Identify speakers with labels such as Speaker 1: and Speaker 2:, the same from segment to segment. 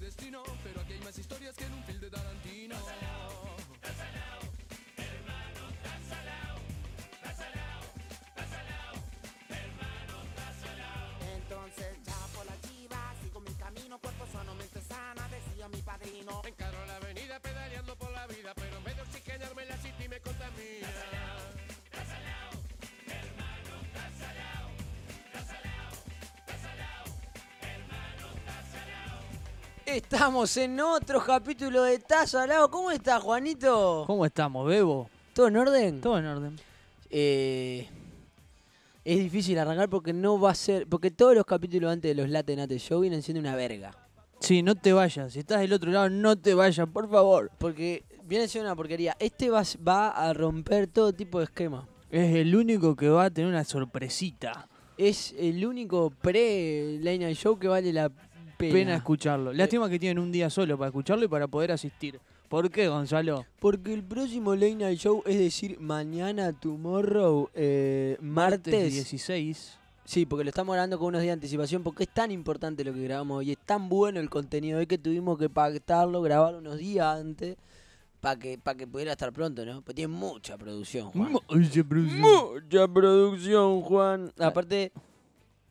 Speaker 1: destino. Pero aquí hay más historias que en un film de Tarantino.
Speaker 2: Tazalao, hermano, tazalao, tazalao, tazalao, hermano, tazalao.
Speaker 3: Entonces ya por la chiva sigo mi camino, cuerpo sano, mente sana, decía mi padrino.
Speaker 1: Encaro la avenida pedaleando por la vida. Pero en vez de oxigenarme la city me contamina.
Speaker 2: Tazalao, hermano, tazalao, tazalao, tazalao, hermano, tazalao.
Speaker 4: Estamos en otro capítulo de Tazo al Lado. ¿Cómo estás, Juanito?
Speaker 5: ¿Cómo estamos, Bebo?
Speaker 4: ¿Todo en orden?
Speaker 5: Todo en orden.
Speaker 4: Eh, es difícil arrancar porque no va a ser. Porque todos los capítulos antes de los Latin Ate Show vienen siendo una verga.
Speaker 5: Sí, no te vayas. Si estás del otro lado, no te vayas, por favor.
Speaker 4: Porque viene siendo una porquería. Este va, va a romper todo tipo de esquema.
Speaker 5: Es el único que va a tener una sorpresita.
Speaker 4: Es el único pre-Late Night Show que vale la pena.
Speaker 5: Pena escucharlo. Lástima que tienen un día solo para escucharlo y para poder asistir. ¿Por qué, Gonzalo?
Speaker 4: Porque el próximo Late Night Show, es decir, mañana, tomorrow, eh, martes.
Speaker 5: 16.
Speaker 4: Sí, porque lo estamos grabando con unos días de anticipación, porque es tan importante lo que grabamos hoy, es tan bueno el contenido hoy que tuvimos que pactarlo, grabarlo unos días antes, para que, pa' que pudiera estar pronto, ¿no? Porque tiene mucha producción, Juan. mucha producción, Juan. Aparte,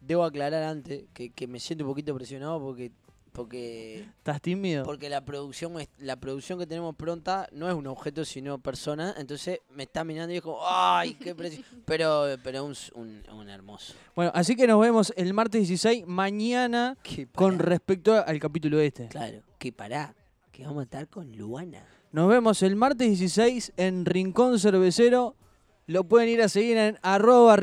Speaker 4: debo aclarar antes que, que me siento un poquito presionado porque porque
Speaker 5: ¿Estás tímido?
Speaker 4: porque la producción es- la producción que tenemos pronta no es un objeto sino persona entonces me está mirando y es como ay qué presión pero pero un, un, un hermoso
Speaker 5: Bueno, así que nos vemos el martes 16, mañana,
Speaker 4: Qué pará.
Speaker 5: con respecto al capítulo este.
Speaker 4: Claro, que pará, que vamos a estar con Luana.
Speaker 5: Nos vemos el martes 16 en Rincón Cervecero. Lo pueden ir a seguir en arroba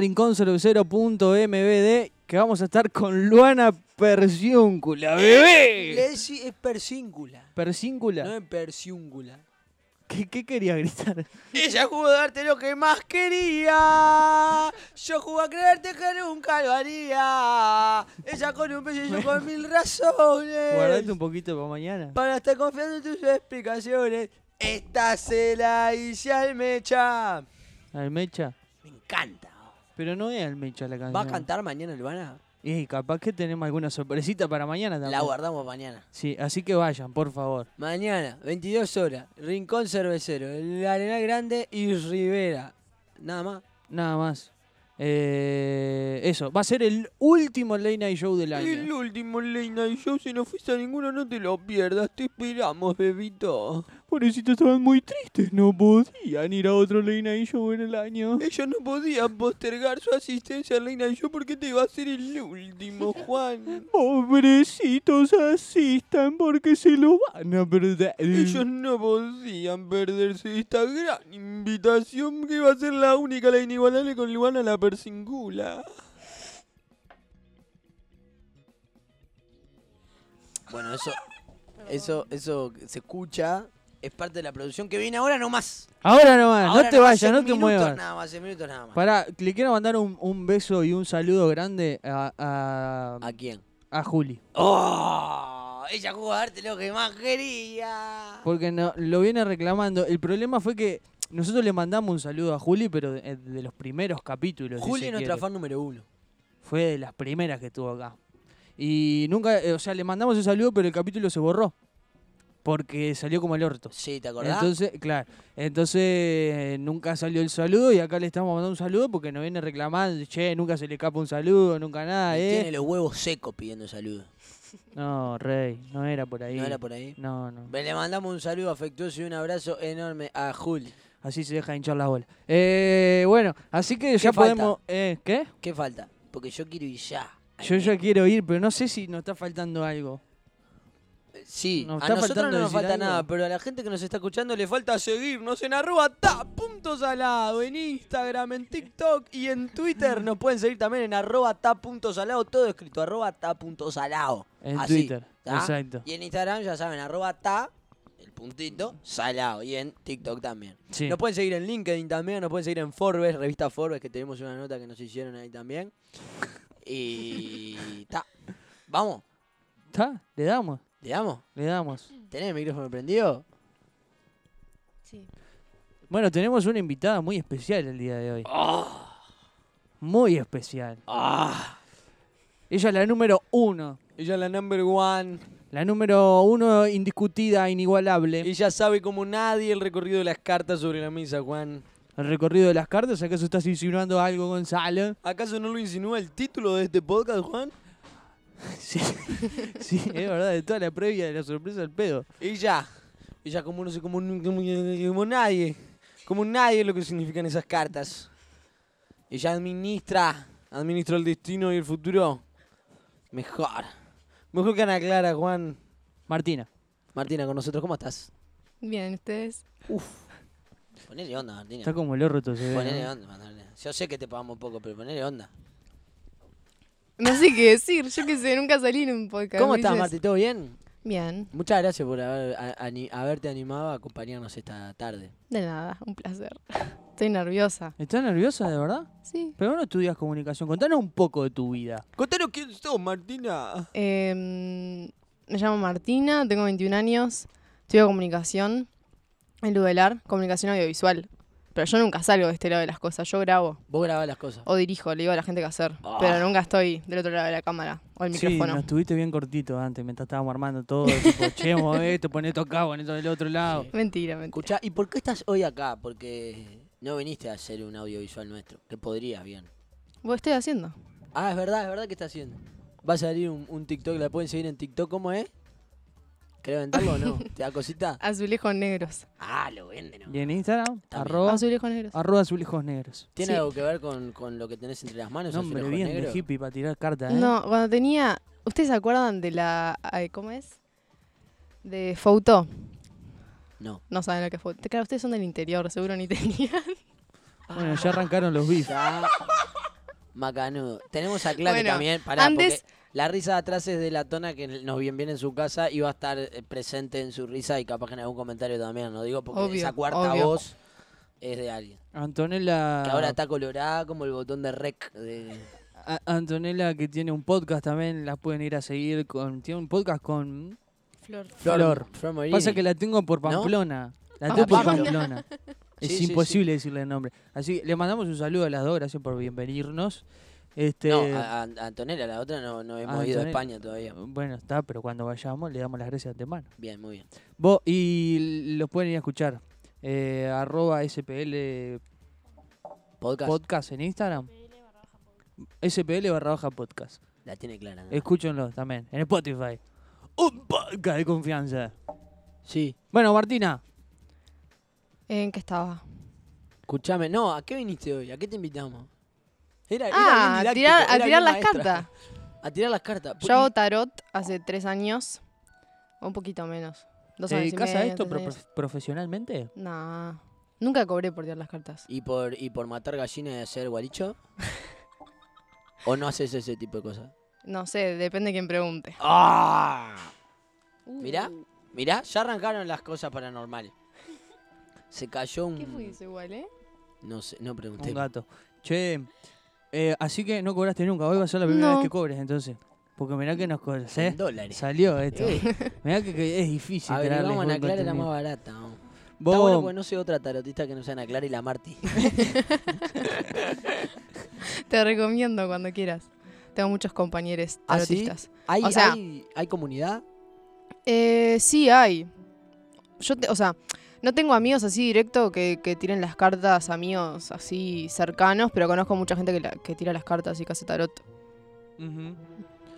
Speaker 5: rinconcervecero.mbd que vamos a estar con Luana Perciúncula,
Speaker 4: Le
Speaker 5: bebé.
Speaker 4: decí- es persíncula, no
Speaker 5: ¿Perciúncula?
Speaker 4: es persiúncula.
Speaker 5: ¿Qué, qué quería gritar?
Speaker 4: Ella jugó a darte lo que más quería. Yo jugué a creerte que nunca lo haría. Ella con un beso y yo con mil razones.
Speaker 5: Guardate un poquito para mañana.
Speaker 4: Para estar confiando en tus explicaciones. Esta se la hice al mecha.
Speaker 5: Al Mecha.
Speaker 4: Me encanta.
Speaker 5: Pero Ah, no es al Mecha la canción.
Speaker 4: ¿Va a cantar mañana, Luana?
Speaker 5: Y capaz que tenemos alguna sorpresita para mañana también.
Speaker 4: La guardamos mañana.
Speaker 5: Sí, así que vayan, por favor.
Speaker 4: Mañana, 22 horas, Rincón Cervecero, La Arenal Grande y Rivera. Nada más.
Speaker 5: Nada más. Eh, eso, va a ser el último Late Night Show del año.
Speaker 4: último Leina y yo, si no fuiste a ninguno, no te lo pierdas. Te esperamos, bebito.
Speaker 5: Pobrecitos estaban muy tristes, no podían ir a otro Late Night Show en el año.
Speaker 4: Ellos no podían postergar su asistencia a Leina y yo porque te iba a ser el último, Juan.
Speaker 5: Pobrecitos asistan porque se lo van a perder.
Speaker 4: Ellos no podían perderse esta gran invitación que iba a ser la única, la inigualable con Luana la persingula. Bueno, eso, eso, eso se escucha, es parte de la producción que viene ahora nomás.
Speaker 5: Ahora nomás,
Speaker 4: Ahora
Speaker 5: Ah, no te
Speaker 4: nomás,
Speaker 5: vayas,
Speaker 4: en
Speaker 5: no te
Speaker 4: minutos
Speaker 5: muevas.
Speaker 4: Nada más, en minutos nada más.
Speaker 5: Pará, le quiero mandar un, un beso y un saludo grande a, a,
Speaker 4: ¿A quién?
Speaker 5: a Juli.
Speaker 4: ¡Oh! Ella jugó a darte lo que más quería.
Speaker 5: Porque no, lo viene reclamando. El problema fue que nosotros le mandamos un saludo a Juli, pero de, de los primeros capítulos. si
Speaker 4: Juli
Speaker 5: se
Speaker 4: es nuestra
Speaker 5: quiere.
Speaker 4: fan número uno.
Speaker 5: Fue de las primeras que estuvo acá. Y nunca, eh, o sea, le mandamos el saludo, pero el capítulo se borró. Porque salió como el orto.
Speaker 4: Sí, ¿te acordás?
Speaker 5: Entonces, claro, entonces eh, nunca salió el saludo y acá le estamos mandando un saludo porque nos viene reclamando, che, nunca se le escapa un saludo, nunca nada,
Speaker 4: Y
Speaker 5: eh.
Speaker 4: Tiene los huevos secos pidiendo saludos.
Speaker 5: No, Rey, no era por ahí.
Speaker 4: ¿No era por ahí?
Speaker 5: No, no.
Speaker 4: Le mandamos un saludo afectuoso y un abrazo enorme a Juli.
Speaker 5: Así se deja hinchar la bola. Eh, bueno, así que ya
Speaker 4: falta?
Speaker 5: podemos... eh, ¿Qué?
Speaker 4: ¿Qué falta? Porque yo quiero ir ya.
Speaker 5: Yo ya quiero ir, pero no sé si nos está faltando algo.
Speaker 4: Sí,
Speaker 5: nos
Speaker 4: a
Speaker 5: está
Speaker 4: nosotros
Speaker 5: faltando
Speaker 4: no nos
Speaker 5: decir
Speaker 4: falta
Speaker 5: algo.
Speaker 4: nada, pero a la gente que nos está escuchando le falta seguirnos en arroba ta punto salado, en Instagram, en TikTok y en Twitter. Nos pueden seguir también en arroba ta punto salado, todo escrito arroba ta punto salado.
Speaker 5: En
Speaker 4: Así,
Speaker 5: Twitter,
Speaker 4: ¿tá?
Speaker 5: exacto.
Speaker 4: Y en Instagram ya saben, arroba ta, el puntito, salado. Y en TikTok también.
Speaker 5: Sí.
Speaker 4: Nos pueden seguir en LinkedIn también, nos pueden seguir en Forbes, revista Forbes, que tenemos una nota que nos hicieron ahí también. Y ta. Vamos,
Speaker 5: ¿Está? Le damos,
Speaker 4: le damos.
Speaker 5: le damos.
Speaker 4: ¿Tenés el micrófono prendido?
Speaker 6: Sí.
Speaker 5: Bueno, tenemos una invitada muy especial el día de hoy.
Speaker 4: Ah.
Speaker 5: Muy especial. Ella es la número uno.
Speaker 4: Ella es la number one.
Speaker 5: La número uno, indiscutida, inigualable.
Speaker 4: Y ya sabe como nadie el recorrido de las cartas sobre la mesa, Juan.
Speaker 5: El recorrido de las cartas, ¿acaso estás insinuando algo, Gonzalo?
Speaker 4: ¿Acaso no lo insinúa el título de este podcast, Juan?
Speaker 5: Sí, sí, es verdad, de toda la previa de la sorpresa al pedo.
Speaker 4: Y ya. Y ya como no sé, como, n- como- como nadie. Como nadie lo que significan esas cartas. Ella administra, administra el destino y el futuro. Mejor. Mejor que Ana Clara, Juan.
Speaker 5: Martina.
Speaker 4: Martina, con nosotros, ¿cómo estás?
Speaker 6: Bien, ustedes.
Speaker 4: Ponele onda, Martina.
Speaker 5: Está como el orto, se ve,
Speaker 4: Ponele
Speaker 5: ¿no?
Speaker 4: onda, Martina. Yo sé que te pagamos poco, pero ponele onda.
Speaker 6: No sé qué decir, yo qué sé, nunca salí en un podcast.
Speaker 4: ¿Cómo estás,
Speaker 6: Ulises.
Speaker 4: Marti? ¿Todo bien?
Speaker 6: Bien,
Speaker 4: Muchas gracias por haber- a- ani- haberte animado a acompañarnos esta tarde.
Speaker 6: de nada, un placer. Estoy nerviosa.
Speaker 5: ¿Estás nerviosa, de verdad?
Speaker 6: Sí.
Speaker 5: Pero vos no estudias comunicación. Contanos un poco de tu vida.
Speaker 4: Contanos quién sos, Martina.
Speaker 6: Em, me llamo Martina, tengo 21 años, estudio comunicación en Ludelar, comunicación audiovisual. Pero yo nunca salgo de este lado de las cosas, yo grabo
Speaker 4: Vos grabás las cosas.
Speaker 6: o dirijo, le digo a la gente qué hacer,
Speaker 4: Ah.
Speaker 6: pero nunca estoy del otro lado de la cámara o el
Speaker 5: Sí,
Speaker 6: micrófono.
Speaker 5: nos estuviste bien cortito antes, mientras estábamos armando todo. tipo, che, mueve esto, poné esto acá, poné esto del otro lado.
Speaker 6: Mentira, mentira.
Speaker 4: Escuchá, ¿y por qué estás hoy acá? Porque no viniste a hacer un audiovisual nuestro, que podrías bien.
Speaker 6: ¿Vos estoy haciendo?
Speaker 4: Ah, es verdad, es verdad que estás haciendo. Va a salir un, un TikTok, la pueden seguir en TikTok, ¿cómo es? ¿Querés venderlo o no? ¿Te da cosita?
Speaker 6: Azulejos negros.
Speaker 4: Ah, lo venden. ¿no?
Speaker 5: Y en Instagram,
Speaker 4: También.
Speaker 5: arroba,
Speaker 6: Azulejos negros.
Speaker 5: arroba azulejos negros.
Speaker 4: ¿Tiene
Speaker 6: sí.
Speaker 4: algo que ver con, con lo que tenés entre las manos?
Speaker 5: Nombre
Speaker 4: azulejos
Speaker 5: bien
Speaker 4: negros?
Speaker 5: de hippie para tirar cartas, ¿eh?
Speaker 6: No, cuando tenía. ¿Ustedes se acuerdan de la. ay, ¿Cómo es? De Fouto.
Speaker 4: No.
Speaker 6: No saben lo que es Fouto. Claro, ustedes son del interior, seguro ni tenían.
Speaker 5: Bueno, ya arrancaron los bifes.
Speaker 4: Ya. Macanudo. Tenemos a Clara que
Speaker 6: Bueno,
Speaker 4: también. Pará,
Speaker 6: antes-
Speaker 4: porque la risa de atrás es de la tona que nos bien viene en su casa y va a estar eh, presente en su risa y capaz que en algún comentario también. No digo porque
Speaker 6: Obvio,
Speaker 4: esa cuarta
Speaker 6: obvio.
Speaker 4: voz es de alguien.
Speaker 5: Antonella.
Speaker 4: Que ahora está colorada como el botón de rec. de-
Speaker 5: A- Antonella, que tiene un podcast también, las pueden ir a seguir. Con, tiene un podcast con.
Speaker 6: Flor.
Speaker 5: Flor.
Speaker 4: Flor Morini.
Speaker 5: Pasa que la tengo por
Speaker 4: ¿No? Ah,
Speaker 5: Pamplona. La tengo por
Speaker 6: Pamplona.
Speaker 5: Pamplona. Es
Speaker 4: Sí, sí,
Speaker 5: imposible decirle el nombre. Así que le mandamos un saludo a las dos, gracias por bienvenirnos. Este,
Speaker 4: No, a, a- a Antonella, la otra no, no hemos ido a
Speaker 5: Ah, Antonella.
Speaker 4: España todavía.
Speaker 5: Bueno, está, pero cuando vayamos le damos las gracias de antemano.
Speaker 4: Bien, muy bien.
Speaker 5: Vos, y los pueden ir a escuchar. Eh, arroba SPL
Speaker 4: Podcast.
Speaker 5: Podcast en Instagram. SPL barra baja podcast.
Speaker 4: la tiene clara. ¿no?
Speaker 5: Escúchenlo también en Spotify. Un podcast de confianza.
Speaker 4: Sí.
Speaker 5: Bueno, Martina,
Speaker 6: ¿En qué estaba?
Speaker 4: Escúchame. No, ¿a qué viniste hoy? ¿A qué te invitamos? Era, era bien
Speaker 6: ah, a
Speaker 4: didáctico,
Speaker 6: tirar, a
Speaker 4: era
Speaker 6: tirar
Speaker 4: bien
Speaker 6: las
Speaker 4: maestra.
Speaker 6: cartas.
Speaker 4: A tirar las cartas.
Speaker 6: Yo hago tarot hace tres años. o Un poquito menos. Dos
Speaker 5: ¿te
Speaker 6: años. y
Speaker 5: dedicas a
Speaker 6: medio,
Speaker 5: esto
Speaker 6: tres
Speaker 5: pro-
Speaker 6: años.
Speaker 5: profesionalmente?
Speaker 6: Nah. Nunca cobré por tirar las cartas.
Speaker 4: ¿Y por, ¿Y por matar gallinas y hacer guaricho? ¿O no haces ese tipo de cosas?
Speaker 6: No sé, depende de quien pregunte.
Speaker 4: ¡Ah! Mirá,
Speaker 6: Uh.
Speaker 4: mirá, ya arrancaron las cosas paranormales. Se cayó
Speaker 6: ¿Qué fue
Speaker 4: un...
Speaker 6: eso igual, eh?
Speaker 4: No sé, no pregunté.
Speaker 5: Un gato. Che, eh, así que no cobraste nunca. Hoy va a ser la primera
Speaker 6: No.
Speaker 5: vez que cobres, entonces. Porque mirá que nos cobras,
Speaker 4: En
Speaker 5: ¿eh?
Speaker 4: dólares.
Speaker 5: Salió esto.
Speaker 4: Eh,
Speaker 5: Mirá que, que es difícil traerles
Speaker 4: averiguamos,
Speaker 5: buen
Speaker 4: Ana Clara era
Speaker 5: contenido.
Speaker 4: más barata. ¿no?
Speaker 5: Vos,
Speaker 4: Está bueno porque no soy otra tarotista que no sea Ana Clara y la Marti.
Speaker 6: Te recomiendo cuando quieras. Tengo muchos compañeros
Speaker 4: ¿Ah, sí?
Speaker 6: tarotistas.
Speaker 4: ¿Hay,
Speaker 6: O sea-
Speaker 4: hay, hay comunidad?
Speaker 6: Eh, sí hay. Yo, te- o sea, no tengo amigos así directo que, que tiren las cartas, amigos así cercanos, pero conozco mucha gente que, la- que tira las cartas y que hace tarot.
Speaker 4: pues,
Speaker 5: ujú.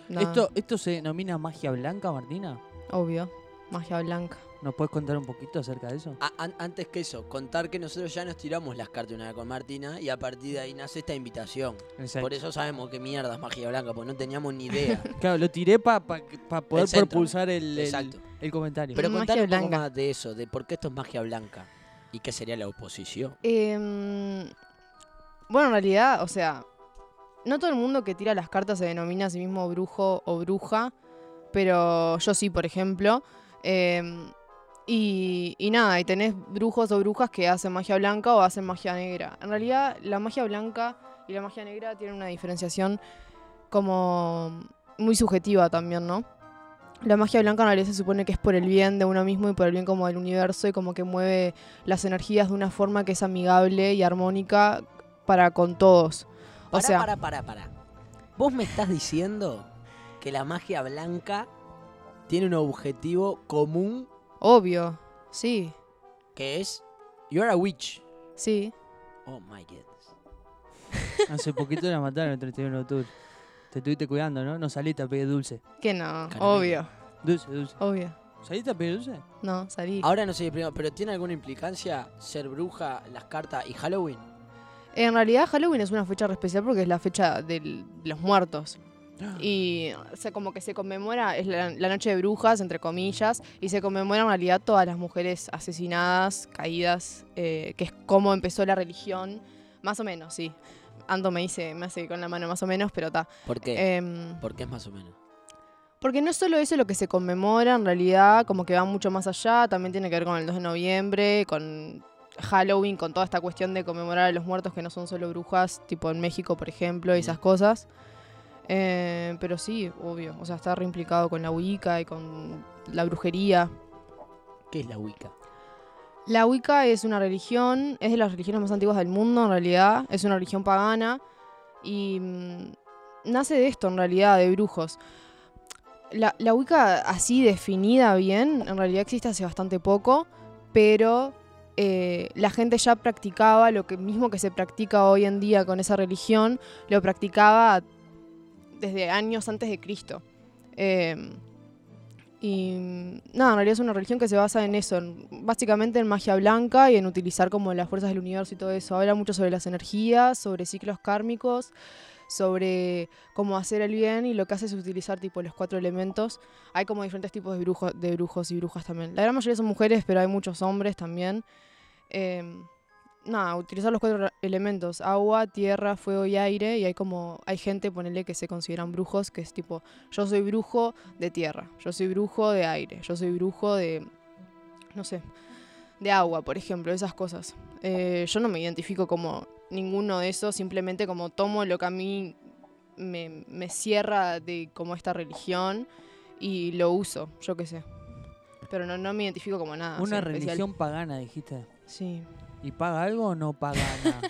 Speaker 6: Nada,
Speaker 5: ¿Esto, ¿Esto se denomina magia blanca, Martina?
Speaker 6: Obvio. Magia blanca.
Speaker 5: ¿Nos puedes contar un poquito acerca de eso?
Speaker 4: A- an- antes que eso, contar que nosotros ya nos tiramos las cartas una vez con Martina y a partir de ahí nace esta invitación.
Speaker 5: Exacto.
Speaker 4: Por eso sabemos qué mierda es magia blanca, porque no teníamos ni idea.
Speaker 5: Claro, lo tiré para poder
Speaker 4: El centro.
Speaker 5: propulsar el, el-
Speaker 4: Exacto.
Speaker 5: el comentario.
Speaker 4: Pero
Speaker 6: Magia
Speaker 4: contar un poco
Speaker 6: blanca.
Speaker 4: más de eso, de por qué esto es magia blanca y qué sería la oposición.
Speaker 6: Em, bueno, en realidad, o sea, no todo el mundo que tira las cartas se denomina a sí mismo brujo o bruja, pero yo sí, por ejemplo. Em, y, y nada, y tenés brujos o brujas que hacen magia blanca o hacen magia negra. En realidad, la magia blanca y la magia negra tienen una diferenciación como muy subjetiva también, ¿no? La magia blanca en realidad se supone que es por el bien de uno mismo y por el bien como del universo y como que mueve las energías de una forma que es amigable y armónica para con todos. O
Speaker 4: Pará,
Speaker 6: sea,
Speaker 4: pará, pará, pará. Vos me estás diciendo que la magia blanca tiene un objetivo común
Speaker 6: Obvio. Sí,
Speaker 4: que es You're a witch.
Speaker 6: sí.
Speaker 4: Oh my god.
Speaker 5: Hace poquito la mataron el 31 de octubre. Te estuviste cuidando, ¿no? No saliste a pedir dulce.
Speaker 6: Que no,
Speaker 4: Caramelo.
Speaker 6: obvio.
Speaker 5: Dulce, dulce.
Speaker 6: Obvio.
Speaker 5: ¿Saliste a pedir dulce?
Speaker 6: No, salí.
Speaker 4: Ahora no sé primero, pero ¿tiene alguna implicancia ser bruja, las cartas y Halloween?
Speaker 6: En realidad Halloween es una fecha re especial porque es la fecha del- de los muertos. Y o sea, como que se conmemora, es la, la noche de brujas, entre comillas, y se conmemora en realidad todas las mujeres asesinadas, caídas, eh, que es como empezó la religión, más o menos, sí. Ando me dice, me hace con la mano más o menos, pero está.
Speaker 4: ¿Por qué?
Speaker 6: Em,
Speaker 4: Porque es más o menos.
Speaker 6: porque no es solo eso lo que se conmemora, en realidad, como que va mucho más allá, también tiene que ver con el 2 de noviembre, con Halloween, con toda esta cuestión de conmemorar a los muertos que no son solo brujas, tipo en México, por ejemplo, y esas
Speaker 4: Mm.
Speaker 6: cosas. Eh, pero sí, obvio, o sea, está reimplicado con la Wicca y con la brujería.
Speaker 4: ¿Qué es la Wicca?
Speaker 6: La Wicca es una religión, es de las religiones más antiguas del mundo en realidad, es una religión pagana y mm, nace de esto en realidad, de brujos. La, la Wicca así definida bien, en realidad existe hace bastante poco, pero eh, la gente ya practicaba lo que mismo que se practica hoy en día con esa religión, lo practicaba desde años antes de Cristo. Em, y mm, nada, en realidad es una religión que se basa en eso, en- básicamente en magia blanca y en utilizar como las fuerzas del universo y todo eso. Habla mucho sobre las energías, sobre ciclos kármicos, sobre cómo hacer el bien y lo que hace es utilizar tipo los cuatro elementos. Hay como diferentes tipos de, brujo- de brujos y brujas también. La gran mayoría son mujeres, pero hay muchos hombres también. Eh, nada, utilizar los cuatro elementos, agua, tierra, fuego y aire. Y hay como, hay gente, ponele, que se consideran brujos, que es tipo, yo soy brujo de tierra, yo soy brujo de aire, yo soy brujo de, no sé, de agua, por ejemplo, esas cosas. Eh, yo no me identifico como ninguno de esos, simplemente como tomo lo que a mí me, me cierra de como esta religión y lo uso, yo qué sé. Pero no, no me identifico como nada.
Speaker 5: Una
Speaker 6: soy especial.
Speaker 5: religión pagana, dijiste.
Speaker 6: Sí.
Speaker 5: ¿Y paga algo o no paga nada?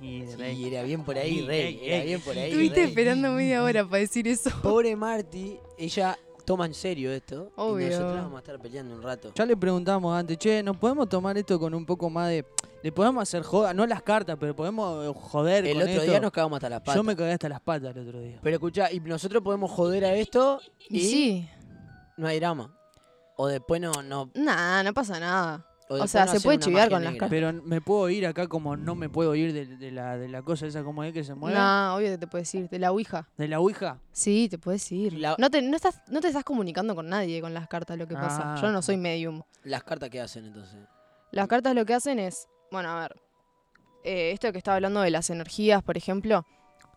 Speaker 5: y
Speaker 4: Sí, era bien por ahí,
Speaker 5: Ey,
Speaker 4: rey.
Speaker 5: ey,
Speaker 4: Era
Speaker 5: ey.
Speaker 4: bien por ahí.
Speaker 6: Estuviste
Speaker 4: rey.
Speaker 6: esperando media hora para decir eso.
Speaker 4: Pobre Marty, ella toma en serio esto. Y
Speaker 6: Obvio.
Speaker 4: nosotros vamos a estar peleando un rato.
Speaker 5: Ya le preguntamos antes, che, ¿nos podemos tomar esto con un poco más de... Le podemos hacer joda, no las cartas, pero podemos eh, joder
Speaker 4: El
Speaker 5: con
Speaker 4: otro
Speaker 5: esto?
Speaker 4: día nos cagamos hasta las patas.
Speaker 5: Yo me cagué hasta las patas el otro día.
Speaker 4: Pero escuchá, y nosotros podemos joder a esto y
Speaker 6: Y sí,
Speaker 4: no hay drama. O después no. no
Speaker 6: nada, no pasa nada.
Speaker 4: o,
Speaker 6: O
Speaker 4: después
Speaker 6: sea,
Speaker 4: no
Speaker 6: se
Speaker 4: hacen
Speaker 6: puede
Speaker 4: una
Speaker 6: chivear
Speaker 4: magia
Speaker 6: con las
Speaker 4: negra.
Speaker 5: Pero me puedo ir acá como no me puedo ir de, de la, de la cosa esa como es que se mueve.
Speaker 6: Nah, obvio que te puedes ir, de la Ouija.
Speaker 5: De la Ouija.
Speaker 6: Sí, te puedes ir.
Speaker 4: La-
Speaker 6: No, te, no, estás, no te estás comunicando con nadie con las cartas, lo que pasa.
Speaker 5: Ah.
Speaker 6: Yo no soy medium.
Speaker 4: Las cartas que hacen entonces.
Speaker 6: Las cartas lo que hacen es, bueno, a ver, eh, esto que estaba hablando de las energías, por ejemplo,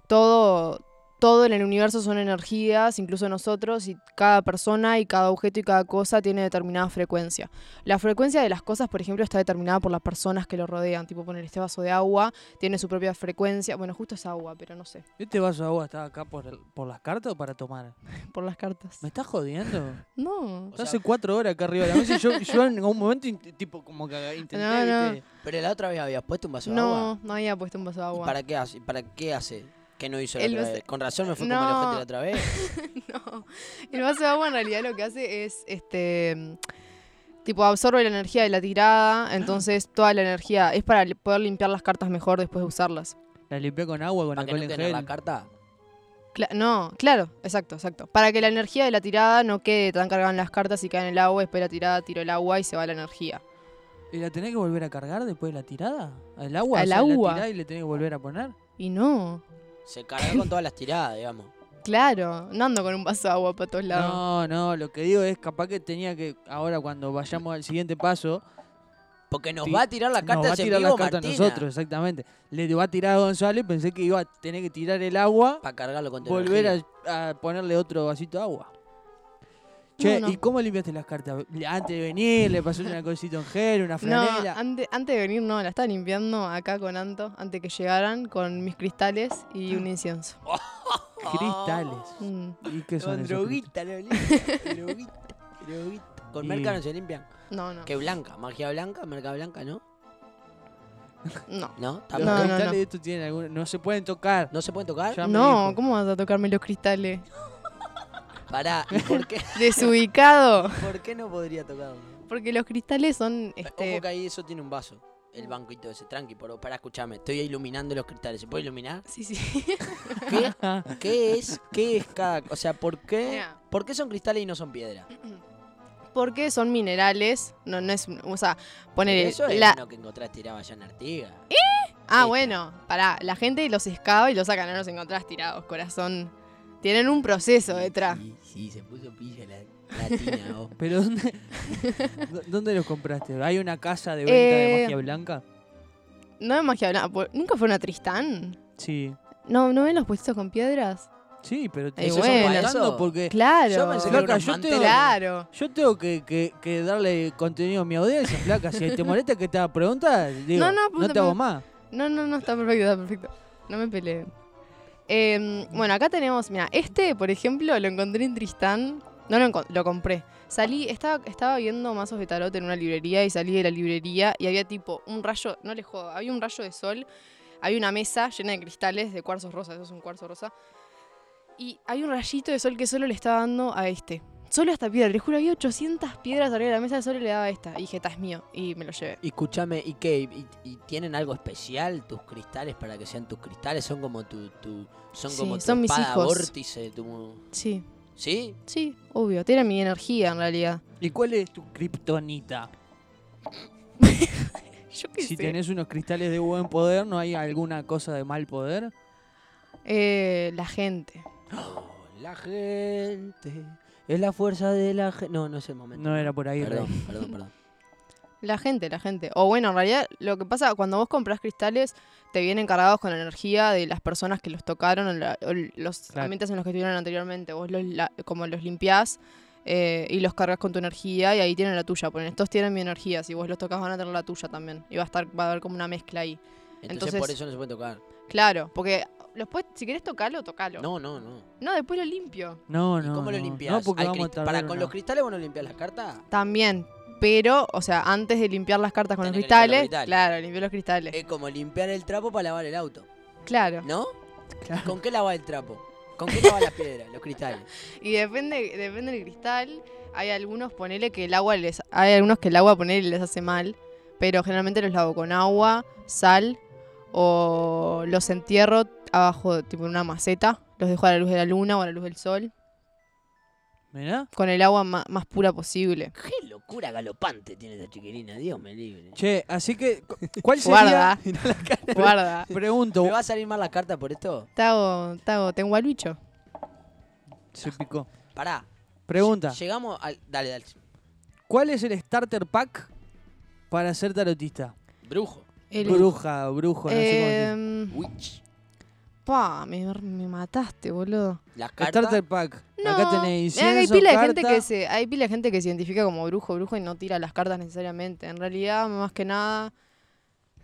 Speaker 6: todo, todo en el universo son energías, incluso nosotros, y cada persona y cada objeto y cada cosa tiene determinada frecuencia. La frecuencia de las cosas, por ejemplo, está determinada por las personas que lo rodean, tipo poner este vaso de agua, tiene su propia frecuencia, bueno, justo es agua, pero no sé,
Speaker 5: ¿Este vaso de agua está acá por, el- por las cartas o para tomar?
Speaker 6: por las cartas.
Speaker 5: ¿Me estás jodiendo?
Speaker 6: No.
Speaker 4: O
Speaker 5: Está
Speaker 4: sea-
Speaker 5: hace cuatro horas acá arriba de la mesa y yo, yo en algún momento int- tipo como que intenté,
Speaker 6: No, no.
Speaker 5: viste.
Speaker 4: Pero la otra vez habías puesto un vaso de agua.
Speaker 6: No, no había puesto un vaso de
Speaker 4: ¿Y
Speaker 6: agua.
Speaker 4: para qué hace? ¿Para qué hace? ¿Qué no hizo la
Speaker 6: El
Speaker 4: otra
Speaker 6: vaso-
Speaker 4: vez? Con razón me fue como el
Speaker 6: No.
Speaker 4: ojete la otra vez.
Speaker 6: No. El vaso de agua en realidad lo que hace es este tipo absorbe la energía de la tirada, entonces toda la energía es para li- poder limpiar las cartas mejor después de usarlas.
Speaker 5: La limpié con agua, con
Speaker 4: ¿Para que no
Speaker 5: alcohol en
Speaker 4: tener
Speaker 5: gel.
Speaker 4: la carta?
Speaker 6: Cla- no, claro, exacto, exacto. Para que la energía de la tirada no quede tan cargada en las cartas y quede en el agua, después de la tirada tiro el agua y se va la energía.
Speaker 5: ¿Y la tenés que volver a cargar después de la tirada? ¿Al agua?
Speaker 6: Al
Speaker 5: O sea,
Speaker 6: agua.
Speaker 5: La tirás y le tenés que volver a poner.
Speaker 6: Y no,
Speaker 4: Se carga con todas las tiradas, digamos.
Speaker 6: claro, no ando con un vaso de agua para todos lados.
Speaker 5: No, no, lo que digo es capaz que tenía que, ahora cuando vayamos al siguiente paso,
Speaker 4: Porque nos
Speaker 5: Ti-
Speaker 4: va a tirar las cartas
Speaker 5: nos va a
Speaker 4: en
Speaker 5: tirar
Speaker 4: vivo,
Speaker 5: la carta a
Speaker 4: Martina.
Speaker 5: nosotros, exactamente. Le va a tirar a Gonzalo y pensé que iba a tener que tirar el agua,
Speaker 4: Para cargarlo con tecnología.
Speaker 5: volver a, a ponerle otro vasito de agua. Che,
Speaker 6: No, no.
Speaker 5: ¿y cómo limpiaste las cartas? Le- Antes de venir, le pasaste una cosita en gel, una
Speaker 6: No,
Speaker 5: franela.
Speaker 6: ante- antes de venir no, la estaba limpiando acá con Anto, antes que llegaran, con mis cristales
Speaker 5: Ah.
Speaker 6: y un incienso.
Speaker 5: Cristales.
Speaker 6: Mm.
Speaker 5: ¿Y qué son
Speaker 4: Con
Speaker 5: esos
Speaker 4: droguita, la olía. droguita, droguita. Con
Speaker 5: Y-
Speaker 4: merca no se limpian.
Speaker 6: No, no.
Speaker 4: Que blanca, magia blanca, merca blanca, ¿no?
Speaker 6: No.
Speaker 4: ¿No?
Speaker 5: cristales?
Speaker 4: ¿Tampoco?
Speaker 5: Los
Speaker 6: No, no,
Speaker 5: cristales
Speaker 6: no.
Speaker 5: de estos tienen algún- no se pueden tocar.
Speaker 4: ¿No se pueden tocar?
Speaker 5: Ya me
Speaker 6: No,
Speaker 5: dijo.
Speaker 6: ¿cómo vas a tocarme los cristales?
Speaker 4: Pará, ¿y por qué,
Speaker 6: Desubicado.
Speaker 4: por qué no podría
Speaker 5: Eh,
Speaker 4: tocarlo?
Speaker 6: Porque los cristales son.
Speaker 4: Eh, Ojo
Speaker 6: Este,
Speaker 4: que ahí eso tiene un vaso. El banquito ese, tranqui, pero pará, escuchame. Estoy iluminando los cristales. ¿Se puede iluminar?
Speaker 6: sí, sí.
Speaker 4: ¿Qué, qué es? ¿Qué es cada.? O sea, ¿por qué,
Speaker 6: Mirá.
Speaker 4: ¿por qué son cristales y no son piedra?
Speaker 6: Porque son minerales. No, no es. un- O sea,
Speaker 4: Pero
Speaker 6: poner.
Speaker 4: Eso es
Speaker 6: la,
Speaker 4: uno que encontraste tirado allá en Artiga.
Speaker 6: Ah,
Speaker 4: Viste.
Speaker 6: bueno, pará, la gente los excava y los saca, no los encontrás tirados, corazón. Tienen un proceso detrás.
Speaker 4: Sí, sí, se puso pilla la, la tina, vos.
Speaker 5: Pero ¿dónde, dó- ¿dónde los compraste? ¿Hay una casa de venta
Speaker 6: Eh,
Speaker 5: de magia blanca?
Speaker 6: No es magia blanca. ¿por- ¿Nunca fueron a Tristán?
Speaker 5: Sí.
Speaker 6: No, ¿no ven los puestos con piedras?
Speaker 5: Sí, pero te
Speaker 6: Eh,
Speaker 5: estoy
Speaker 6: bueno.
Speaker 5: contando
Speaker 4: Eso.
Speaker 5: porque
Speaker 6: Claro.
Speaker 4: Yo pensé que
Speaker 5: Flaca,
Speaker 4: era
Speaker 5: yo
Speaker 4: un
Speaker 5: te-
Speaker 6: Claro.
Speaker 5: yo tengo que, que- que darle contenido a mi audiencia, flaca. Si te molesta que te haga preguntas, digo,
Speaker 6: No,
Speaker 5: no,
Speaker 6: no,
Speaker 4: pues
Speaker 5: te hago
Speaker 6: pero-
Speaker 5: más.
Speaker 6: No, no, no, está perfecto, está perfecto. No me peleen. Eh, bueno, acá tenemos, mira, este, por ejemplo, lo encontré en Tristán. No lo, encon- lo compré. Salí, estaba, estaba viendo mazos de tarot en una librería y salí de la librería y había tipo un rayo, no les jodo, había un rayo de sol, había una mesa llena de cristales de cuarzos rosa, eso es un cuarzo rosa. Y hay un rayito de sol que solo le estaba dando a este. Solo esta piedra, les juro, había 800 piedras arriba de la mesa, solo le daba a esta. Y dije, esta es mío. Y me lo llevé.
Speaker 4: Y escúchame, ¿y qué? ¿Y, y tienen algo especial tus cristales para que sean tus cristales? Son como tu. tu son
Speaker 6: Sí,
Speaker 4: como tu
Speaker 6: son mis
Speaker 4: espada
Speaker 6: hijos.
Speaker 4: vórtice, tu.
Speaker 6: Sí,
Speaker 4: ¿Sí?
Speaker 6: sí, obvio. Tiene mi energía en realidad.
Speaker 5: ¿Y cuál es tu kriptonita?
Speaker 6: Yo qué
Speaker 5: Si
Speaker 6: sé.
Speaker 5: tenés unos cristales de buen poder, ¿no hay alguna cosa de mal poder?
Speaker 6: Eh, la gente.
Speaker 4: La gente. Es la fuerza de la gente. No, no es el momento.
Speaker 5: No era por ahí.
Speaker 4: Perdón,
Speaker 5: Rey.
Speaker 4: perdón, perdón.
Speaker 6: La gente, la gente. O bueno, en realidad lo que pasa, cuando vos compras cristales, te vienen cargados con la energía de las personas que los tocaron o, la- o l- los
Speaker 5: Claro.
Speaker 6: ambientes en los que estuvieron anteriormente. Vos los, la- como los limpiás eh, y los cargas con tu energía y ahí tienen la tuya. Porque estos tienen mi energía. Si vos los tocas van a tener la tuya también. Y va a estar, va a haber como una mezcla ahí.
Speaker 4: Entonces,
Speaker 6: Entonces-
Speaker 4: por eso no se puede tocar.
Speaker 6: Claro, porque los puedes, si querés tocarlo, tocalo.
Speaker 4: No, no, no.
Speaker 6: no, después lo limpio.
Speaker 5: No,
Speaker 4: ¿Y
Speaker 5: no.
Speaker 4: cómo lo
Speaker 5: no.
Speaker 4: limpias?
Speaker 5: No, porque
Speaker 4: Hay
Speaker 5: vamos a
Speaker 4: crist-
Speaker 5: tardar
Speaker 4: para con
Speaker 5: una-
Speaker 4: los cristales vos no limpias las cartas.
Speaker 6: También. Pero, o sea, antes de limpiar las cartas con los
Speaker 4: Tenés que limpiar los
Speaker 6: cristales,
Speaker 4: cristales. Eh.
Speaker 6: Claro, limpiar los cristales.
Speaker 4: Es como limpiar el trapo para lavar el auto,
Speaker 6: Claro.
Speaker 4: ¿no?
Speaker 5: Claro.
Speaker 4: ¿Con qué lavas el trapo? ¿Con qué lavas las piedras, los cristales?
Speaker 6: Y depende, depende del cristal. Hay algunos, ponele que el agua les. Hay algunos que el agua ponele les hace mal. Pero generalmente los lavo con agua, sal. O los entierro abajo, tipo en una maceta. Los dejo a la luz de la luna o a la luz del sol.
Speaker 5: Mirá.
Speaker 6: Con el agua ma- más pura posible.
Speaker 4: ¡Qué locura galopante tiene esta chiquilina! Dios me libre.
Speaker 5: Che, así que, cu- ¿cuál sería?
Speaker 6: Guarda. Guarda.
Speaker 5: Pregunto,
Speaker 4: ¿Me va a salir mal la carta por esto?
Speaker 6: Tago, Tago, tengo al bicho.
Speaker 5: se picó.
Speaker 4: Pará.
Speaker 5: Pregunta,
Speaker 4: Llegamos al... Dale, dale.
Speaker 5: ¿cuál es el starter pack para ser tarotista?
Speaker 4: Brujo.
Speaker 6: El-
Speaker 5: Bruja, brujo, no sé cómo decir.
Speaker 6: Em,
Speaker 4: Witch.
Speaker 6: pa, me, me mataste, boludo.
Speaker 4: Las
Speaker 5: Starter
Speaker 4: cartas...
Speaker 5: pack.
Speaker 6: No,
Speaker 5: Acá tenéis
Speaker 6: eh, hay
Speaker 5: incienso,
Speaker 6: pila de gente
Speaker 5: carta.
Speaker 6: que se hay pila de gente que se identifica como brujo, brujo y no tira las cartas necesariamente. En realidad, más que nada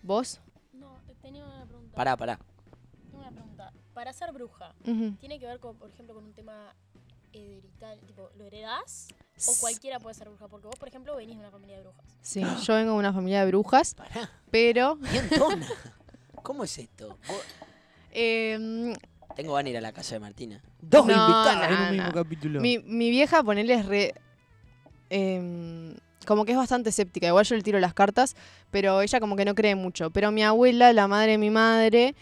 Speaker 6: vos
Speaker 7: No, te- tenía una pregunta.
Speaker 4: Pará, pará.
Speaker 7: Tengo una pregunta. Para ser bruja, ¿tiene que ver, con, por ejemplo, con un tema heredital? Tipo, ¿lo heredás? ¿O cualquiera puede ser bruja? Porque vos, por ejemplo, venís de una familia de brujas.
Speaker 6: Sí, yo vengo de una familia de brujas,
Speaker 4: Pará.
Speaker 6: pero
Speaker 4: Bien tona. ¿Cómo es esto? Vos-
Speaker 6: em,
Speaker 4: Tengo van a ir a la casa de Martina.
Speaker 5: Dos
Speaker 6: No,
Speaker 5: invitadas en
Speaker 6: no,
Speaker 5: un mismo
Speaker 6: no.
Speaker 5: capítulo.
Speaker 6: mi, mi vieja ponele es re em, como que es bastante escéptica, igual yo le tiro las cartas, pero ella como que no cree mucho. Pero mi abuela, la madre de mi madre,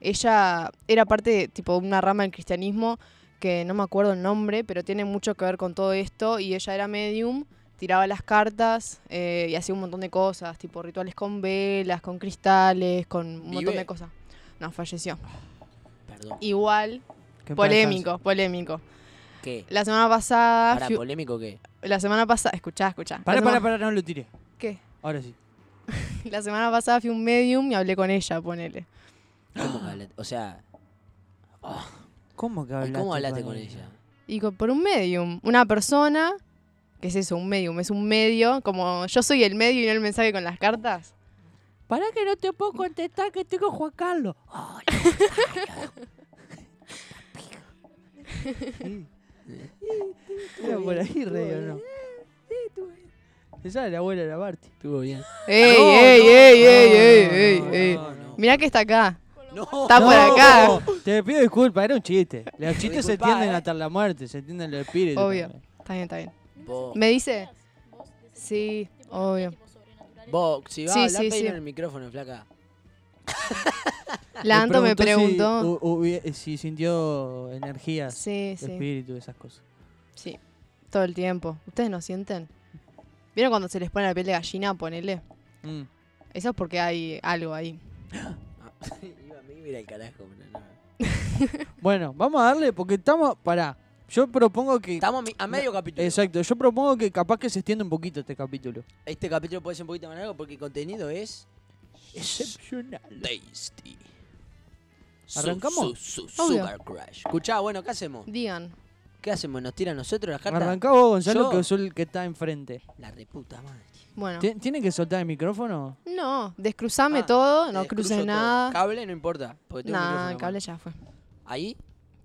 Speaker 6: ella era parte de tipo una rama del cristianismo que no me acuerdo el nombre, pero tiene mucho que ver con todo esto. Y ella era medium, tiraba las cartas eh, y hacía un montón de cosas, tipo rituales con velas, con cristales, con un montón
Speaker 4: ¿Vive?
Speaker 6: de cosas. No, falleció.
Speaker 4: Perdón.
Speaker 6: Igual,
Speaker 5: Que en paz
Speaker 6: polémico, polémico.
Speaker 4: ¿Qué?
Speaker 6: La semana pasada.
Speaker 4: Pará,
Speaker 6: fui-
Speaker 4: polémico qué.
Speaker 6: la semana pasada. Escuchá, escuchá.
Speaker 5: descanse. Pará,
Speaker 6: La
Speaker 5: pará,
Speaker 6: semana-
Speaker 5: pará, no lo tiré.
Speaker 6: ¿Qué?
Speaker 5: Ahora sí.
Speaker 6: La semana pasada fui a un medium y hablé con ella, ponele.
Speaker 4: ¿Cómo que hablaste? O sea,
Speaker 5: ¿Cómo que
Speaker 4: ¿y
Speaker 5: hablaste?
Speaker 4: ¿cómo hablaste
Speaker 5: con
Speaker 4: con
Speaker 5: ella?
Speaker 4: ella?
Speaker 6: Y co- por un medium. Una persona. ¿Qué es eso? Un medium. Es un medio. Como yo soy el medio y no el mensaje con las cartas.
Speaker 5: Pará que no te puedo contestar que tengo Juan Carlos. Hola, Juan Carlos. por ahí, rey, o no. Esa es la abuela de la Barty.
Speaker 4: Estuvo bien.
Speaker 6: ¡Ey,
Speaker 5: No,
Speaker 6: ey,
Speaker 5: no,
Speaker 6: ey,
Speaker 5: no,
Speaker 6: ey,
Speaker 5: no,
Speaker 6: ey,
Speaker 5: no,
Speaker 6: ey!
Speaker 5: no.
Speaker 6: Mirá que está acá.
Speaker 7: Con
Speaker 4: No.
Speaker 6: Está Ah, por acá.
Speaker 5: Te pido disculpas, era un chiste. Los chistes
Speaker 4: Disculpa,
Speaker 5: se entienden
Speaker 4: eh.
Speaker 5: hasta la muerte, se entienden los espíritus.
Speaker 6: Obvio. Está bien, está bien.
Speaker 4: Vos,
Speaker 6: ¿Me dice? Sí, obvio.
Speaker 4: vos, si vas
Speaker 6: Sí,
Speaker 4: a hablar,
Speaker 6: sí,
Speaker 4: pedile
Speaker 6: sí.
Speaker 4: en el micrófono, flaca.
Speaker 6: La Anto me
Speaker 5: Si,
Speaker 6: preguntó.
Speaker 5: u- hubie- si sintió energías,
Speaker 6: Sí, sí,
Speaker 5: espíritu, esas cosas.
Speaker 6: sí. Todo el tiempo. ¿Ustedes no sienten? ¿Vieron cuando se les pone la piel de gallina? Ponele.
Speaker 5: Mm.
Speaker 6: Eso es porque hay algo ahí.
Speaker 4: Iba a mí, mira el carajo. pero no.
Speaker 5: Bueno, vamos a darle, porque estamos. Pará. Yo propongo que.
Speaker 4: Estamos mi- a medio capítulo.
Speaker 5: Exacto, yo propongo que capaz que se extienda un poquito este capítulo.
Speaker 4: Este capítulo puede ser un poquito más largo porque el contenido es
Speaker 5: Excepcional.
Speaker 4: tasty. Su-
Speaker 5: ¿Arrancamos?
Speaker 4: su- su-
Speaker 6: Obvio.
Speaker 4: sugar crush. Escuchá, bueno, ¿qué hacemos?
Speaker 6: Digan.
Speaker 4: ¿Qué hacemos? ¿Nos tiran nosotros las cartas?
Speaker 5: Arrancá vos, Gonzalo,
Speaker 4: Yo-
Speaker 5: que sos el que está enfrente.
Speaker 4: La reputa madre.
Speaker 6: Bueno.
Speaker 5: Ti- ¿Tiene que soltar el micrófono?
Speaker 6: No, descruzame
Speaker 4: Ah,
Speaker 6: todo, no
Speaker 4: Te descruzo
Speaker 6: cruces
Speaker 4: todo.
Speaker 6: nada.
Speaker 4: Cable no importa. Porque tengo un
Speaker 6: Nah,
Speaker 4: micrófono
Speaker 6: el
Speaker 4: en
Speaker 6: cable
Speaker 4: la
Speaker 6: ya fue.
Speaker 4: mano. Ahí,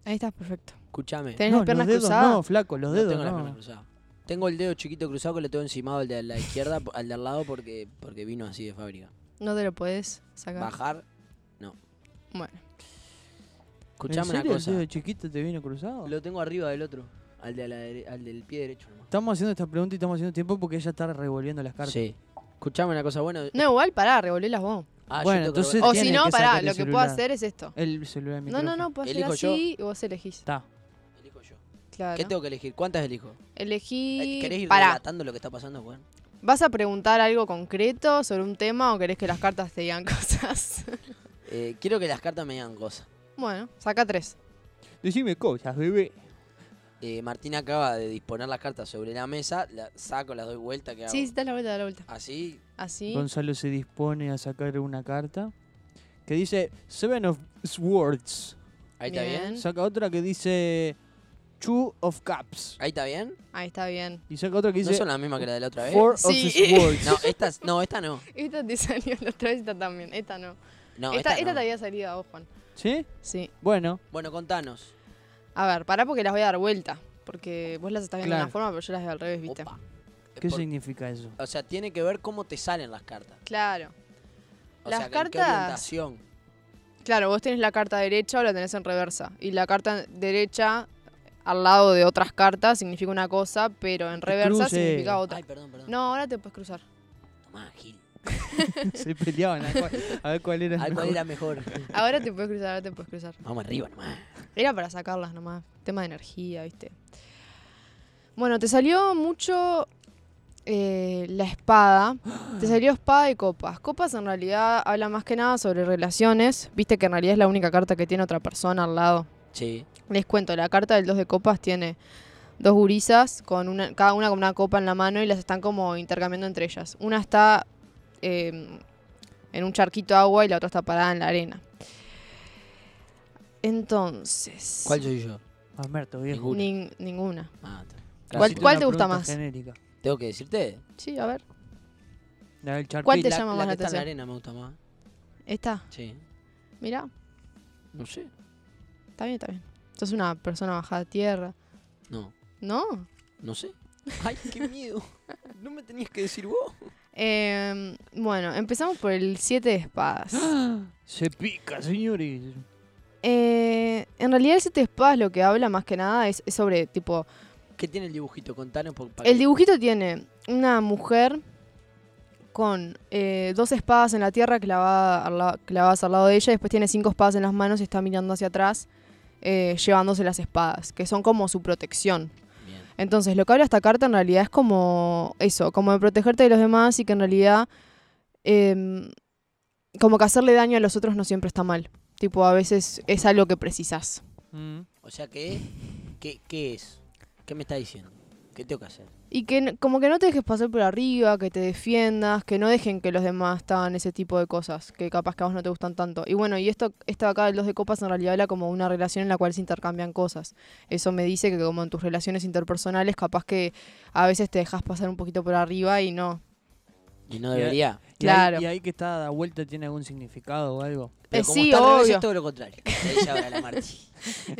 Speaker 6: Ahí estás perfecto.
Speaker 4: escúchame.
Speaker 6: ¿Tenés
Speaker 5: no,
Speaker 6: las piernas
Speaker 5: los dedos
Speaker 6: cruzadas?
Speaker 5: no, flaco, los
Speaker 4: No
Speaker 5: dedos
Speaker 4: tengo las
Speaker 5: no.
Speaker 4: piernas cruzadas. Tengo el dedo chiquito cruzado que lo tengo encimado al de la izquierda, po- al de al lado porque, porque vino así de fábrica.
Speaker 6: No te lo podés sacar.
Speaker 4: Bajar.
Speaker 6: Bueno,
Speaker 5: ¿En
Speaker 4: Escuchame
Speaker 5: serio
Speaker 4: una
Speaker 5: el
Speaker 4: cosa.
Speaker 5: dedo chiquito te vino cruzado?
Speaker 4: Lo tengo arriba del otro. Al, de la dere- al del pie derecho nomás.
Speaker 5: Estamos haciendo esta pregunta y estamos haciendo tiempo porque ella está revolviendo las cartas.
Speaker 4: Sí. Escuchame una cosa. Bueno,
Speaker 6: no, igual pará, revolvelas vos.
Speaker 4: ah, yo
Speaker 5: Bueno,
Speaker 4: tengo que
Speaker 5: entonces-
Speaker 4: ver-
Speaker 6: O
Speaker 5: tiene
Speaker 6: si no,
Speaker 5: que
Speaker 6: pará,
Speaker 5: sacar el
Speaker 6: lo que puedo
Speaker 5: celular.
Speaker 6: hacer es esto.
Speaker 5: El celular
Speaker 6: No, no, no, puedo hacer
Speaker 4: Elijo yo.
Speaker 6: así y vos elegís.
Speaker 5: Está. Oh.
Speaker 4: Elijo yo. ¿Qué
Speaker 6: Claro.
Speaker 4: tengo que elegir? ¿Cuántas elijo? Eh,
Speaker 6: Elegí.
Speaker 4: ¿Querés ir
Speaker 6: pará,
Speaker 4: relatando lo que está pasando? Bueno.
Speaker 6: ¿vas a preguntar algo concreto sobre un tema o querés que las cartas te digan cosas?
Speaker 4: Eh, quiero que las cartas me digan cosas.
Speaker 6: bueno, saca tres.
Speaker 5: Decime cosas, bebé.
Speaker 4: Eh, Martín acaba de disponer las cartas sobre la mesa. la saco, las doy vuelta. ¿qué hago?
Speaker 6: Sí, sí, da la vuelta, da la vuelta.
Speaker 4: Así.
Speaker 6: Así.
Speaker 5: Gonzalo se dispone a sacar una carta que dice Seven of Swords.
Speaker 4: Ahí está bien.
Speaker 6: Bien.
Speaker 5: Saca otra que dice Two of Cups.
Speaker 4: Ahí está bien.
Speaker 6: Ahí está bien.
Speaker 5: Y saca otra que
Speaker 4: ¿No
Speaker 5: dice
Speaker 4: son las mismas que la de la otra vez?
Speaker 5: Four
Speaker 6: Sí.
Speaker 5: of Swords.
Speaker 4: No, esta, no, esta no.
Speaker 6: Esta te salió la otra vez, esta también. Esta no.
Speaker 4: No,
Speaker 6: esta,
Speaker 4: esta,
Speaker 6: esta
Speaker 4: no.
Speaker 6: te había salido a vos, Juan.
Speaker 5: ¿Sí?
Speaker 6: Sí.
Speaker 5: Bueno,
Speaker 4: Bueno, contanos.
Speaker 6: A ver, pará porque las voy a dar vuelta. Porque vos las estás viendo de
Speaker 5: Claro.
Speaker 6: una forma, pero yo las veo al revés, ¿viste?
Speaker 4: Opa. Eh,
Speaker 5: ¿qué
Speaker 4: por-
Speaker 5: significa eso?
Speaker 4: O sea, tiene que ver cómo te salen las cartas.
Speaker 6: Claro.
Speaker 4: O
Speaker 6: Las
Speaker 4: sea, que- qué
Speaker 6: cartas-
Speaker 4: orientación.
Speaker 6: Claro, vos tenés la carta derecha o la tenés en reversa. Y la carta derecha al lado de otras cartas significa una cosa, pero en
Speaker 5: Que
Speaker 6: reversa
Speaker 5: cruce.
Speaker 6: significa otra.
Speaker 4: Ay, perdón, perdón.
Speaker 6: No, ahora te puedes cruzar.
Speaker 4: Tomá, Gil.
Speaker 5: se peleaban. A cuál- a ver cuál era. el
Speaker 4: Ay, ¿Cuál
Speaker 5: mejor.
Speaker 4: era mejor?
Speaker 6: Ahora te puedes cruzar, ahora te puedes cruzar.
Speaker 4: Vamos arriba nomás.
Speaker 6: Era para sacarlas nomás. Tema de energía, ¿viste? Bueno, te salió mucho eh, la espada. Te salió espada y copas. Copas en realidad habla más que nada sobre relaciones. Viste que en realidad es la única carta que tiene otra persona al lado.
Speaker 4: Sí.
Speaker 6: Les cuento, la carta del 2 de copas tiene dos gurisas, con una, cada una con una copa en la mano y las están como intercambiando entre ellas. Una está eh, en un charquito de agua y la otra está parada en la arena. Entonces...
Speaker 4: ¿Cuál soy yo?
Speaker 5: Alberto, Ah, viejo.
Speaker 4: Ninguna.
Speaker 6: Nin- ninguna.
Speaker 4: Ah, está.
Speaker 6: ¿Cuál-
Speaker 4: Casi.
Speaker 5: Hiciste
Speaker 6: cuál
Speaker 5: una
Speaker 6: te gusta
Speaker 5: pregunta
Speaker 6: más?
Speaker 5: Genérica.
Speaker 4: ¿Tengo que decirte?
Speaker 6: Sí, a ver.
Speaker 5: La del charquito.
Speaker 6: ¿Cuál te
Speaker 4: La-
Speaker 6: llama
Speaker 4: la
Speaker 6: más la
Speaker 4: que está en la
Speaker 6: atención?
Speaker 4: arena me gusta más.
Speaker 6: Esta,
Speaker 4: Sí.
Speaker 6: mira,
Speaker 4: No sé.
Speaker 6: está bien, está bien. Sos una persona bajada a tierra.
Speaker 4: No.
Speaker 6: No.
Speaker 4: No sé. Ay, qué miedo. No me tenías que decir vos.
Speaker 6: Em, bueno, empezamos por el 7 de espadas.
Speaker 5: Se pica, señores.
Speaker 6: Eh, en realidad el 7 de espadas lo que habla más que nada es, es sobre, tipo,
Speaker 4: ¿Qué tiene el dibujito? Contanos. por- para
Speaker 6: el
Speaker 4: que-
Speaker 6: dibujito tiene una mujer con eh, dos espadas en la tierra clavada al la- clavadas al lado de ella, después tiene cinco espadas en las manos y está mirando hacia atrás, eh, llevándose las espadas, que son como su protección.
Speaker 4: Bien.
Speaker 6: Entonces, lo que habla esta carta en realidad es como eso, como de protegerte de los demás y que en realidad em, como que hacerle daño a los otros no siempre está mal. Tipo, a veces es algo que precisas.
Speaker 5: Mm.
Speaker 4: O sea, ¿qué, qué, qué es? ¿Qué me está diciendo? ¿Qué tengo que hacer?
Speaker 6: Y que n- como que no te dejes pasar por arriba, que te defiendas, que no dejen que los demás te hagan ese tipo de cosas, que capaz que a vos no te gustan tanto. Y bueno, y esto, esto de acá del 2 de copas en realidad habla como una relación en la cual se intercambian cosas. Eso me dice que como en tus relaciones interpersonales, capaz que a veces te dejas pasar un poquito por arriba y no.
Speaker 4: Y eh, no
Speaker 5: Y ahí-
Speaker 4: debería.
Speaker 5: Y ahí-
Speaker 6: Claro.
Speaker 5: Y ahí que está da vuelta tiene algún significado o algo.
Speaker 4: Pero
Speaker 6: Eh,
Speaker 4: como
Speaker 6: sí,
Speaker 4: está al revés,
Speaker 6: obvio.
Speaker 4: es todo lo contrario. Le dice ahora la Marti.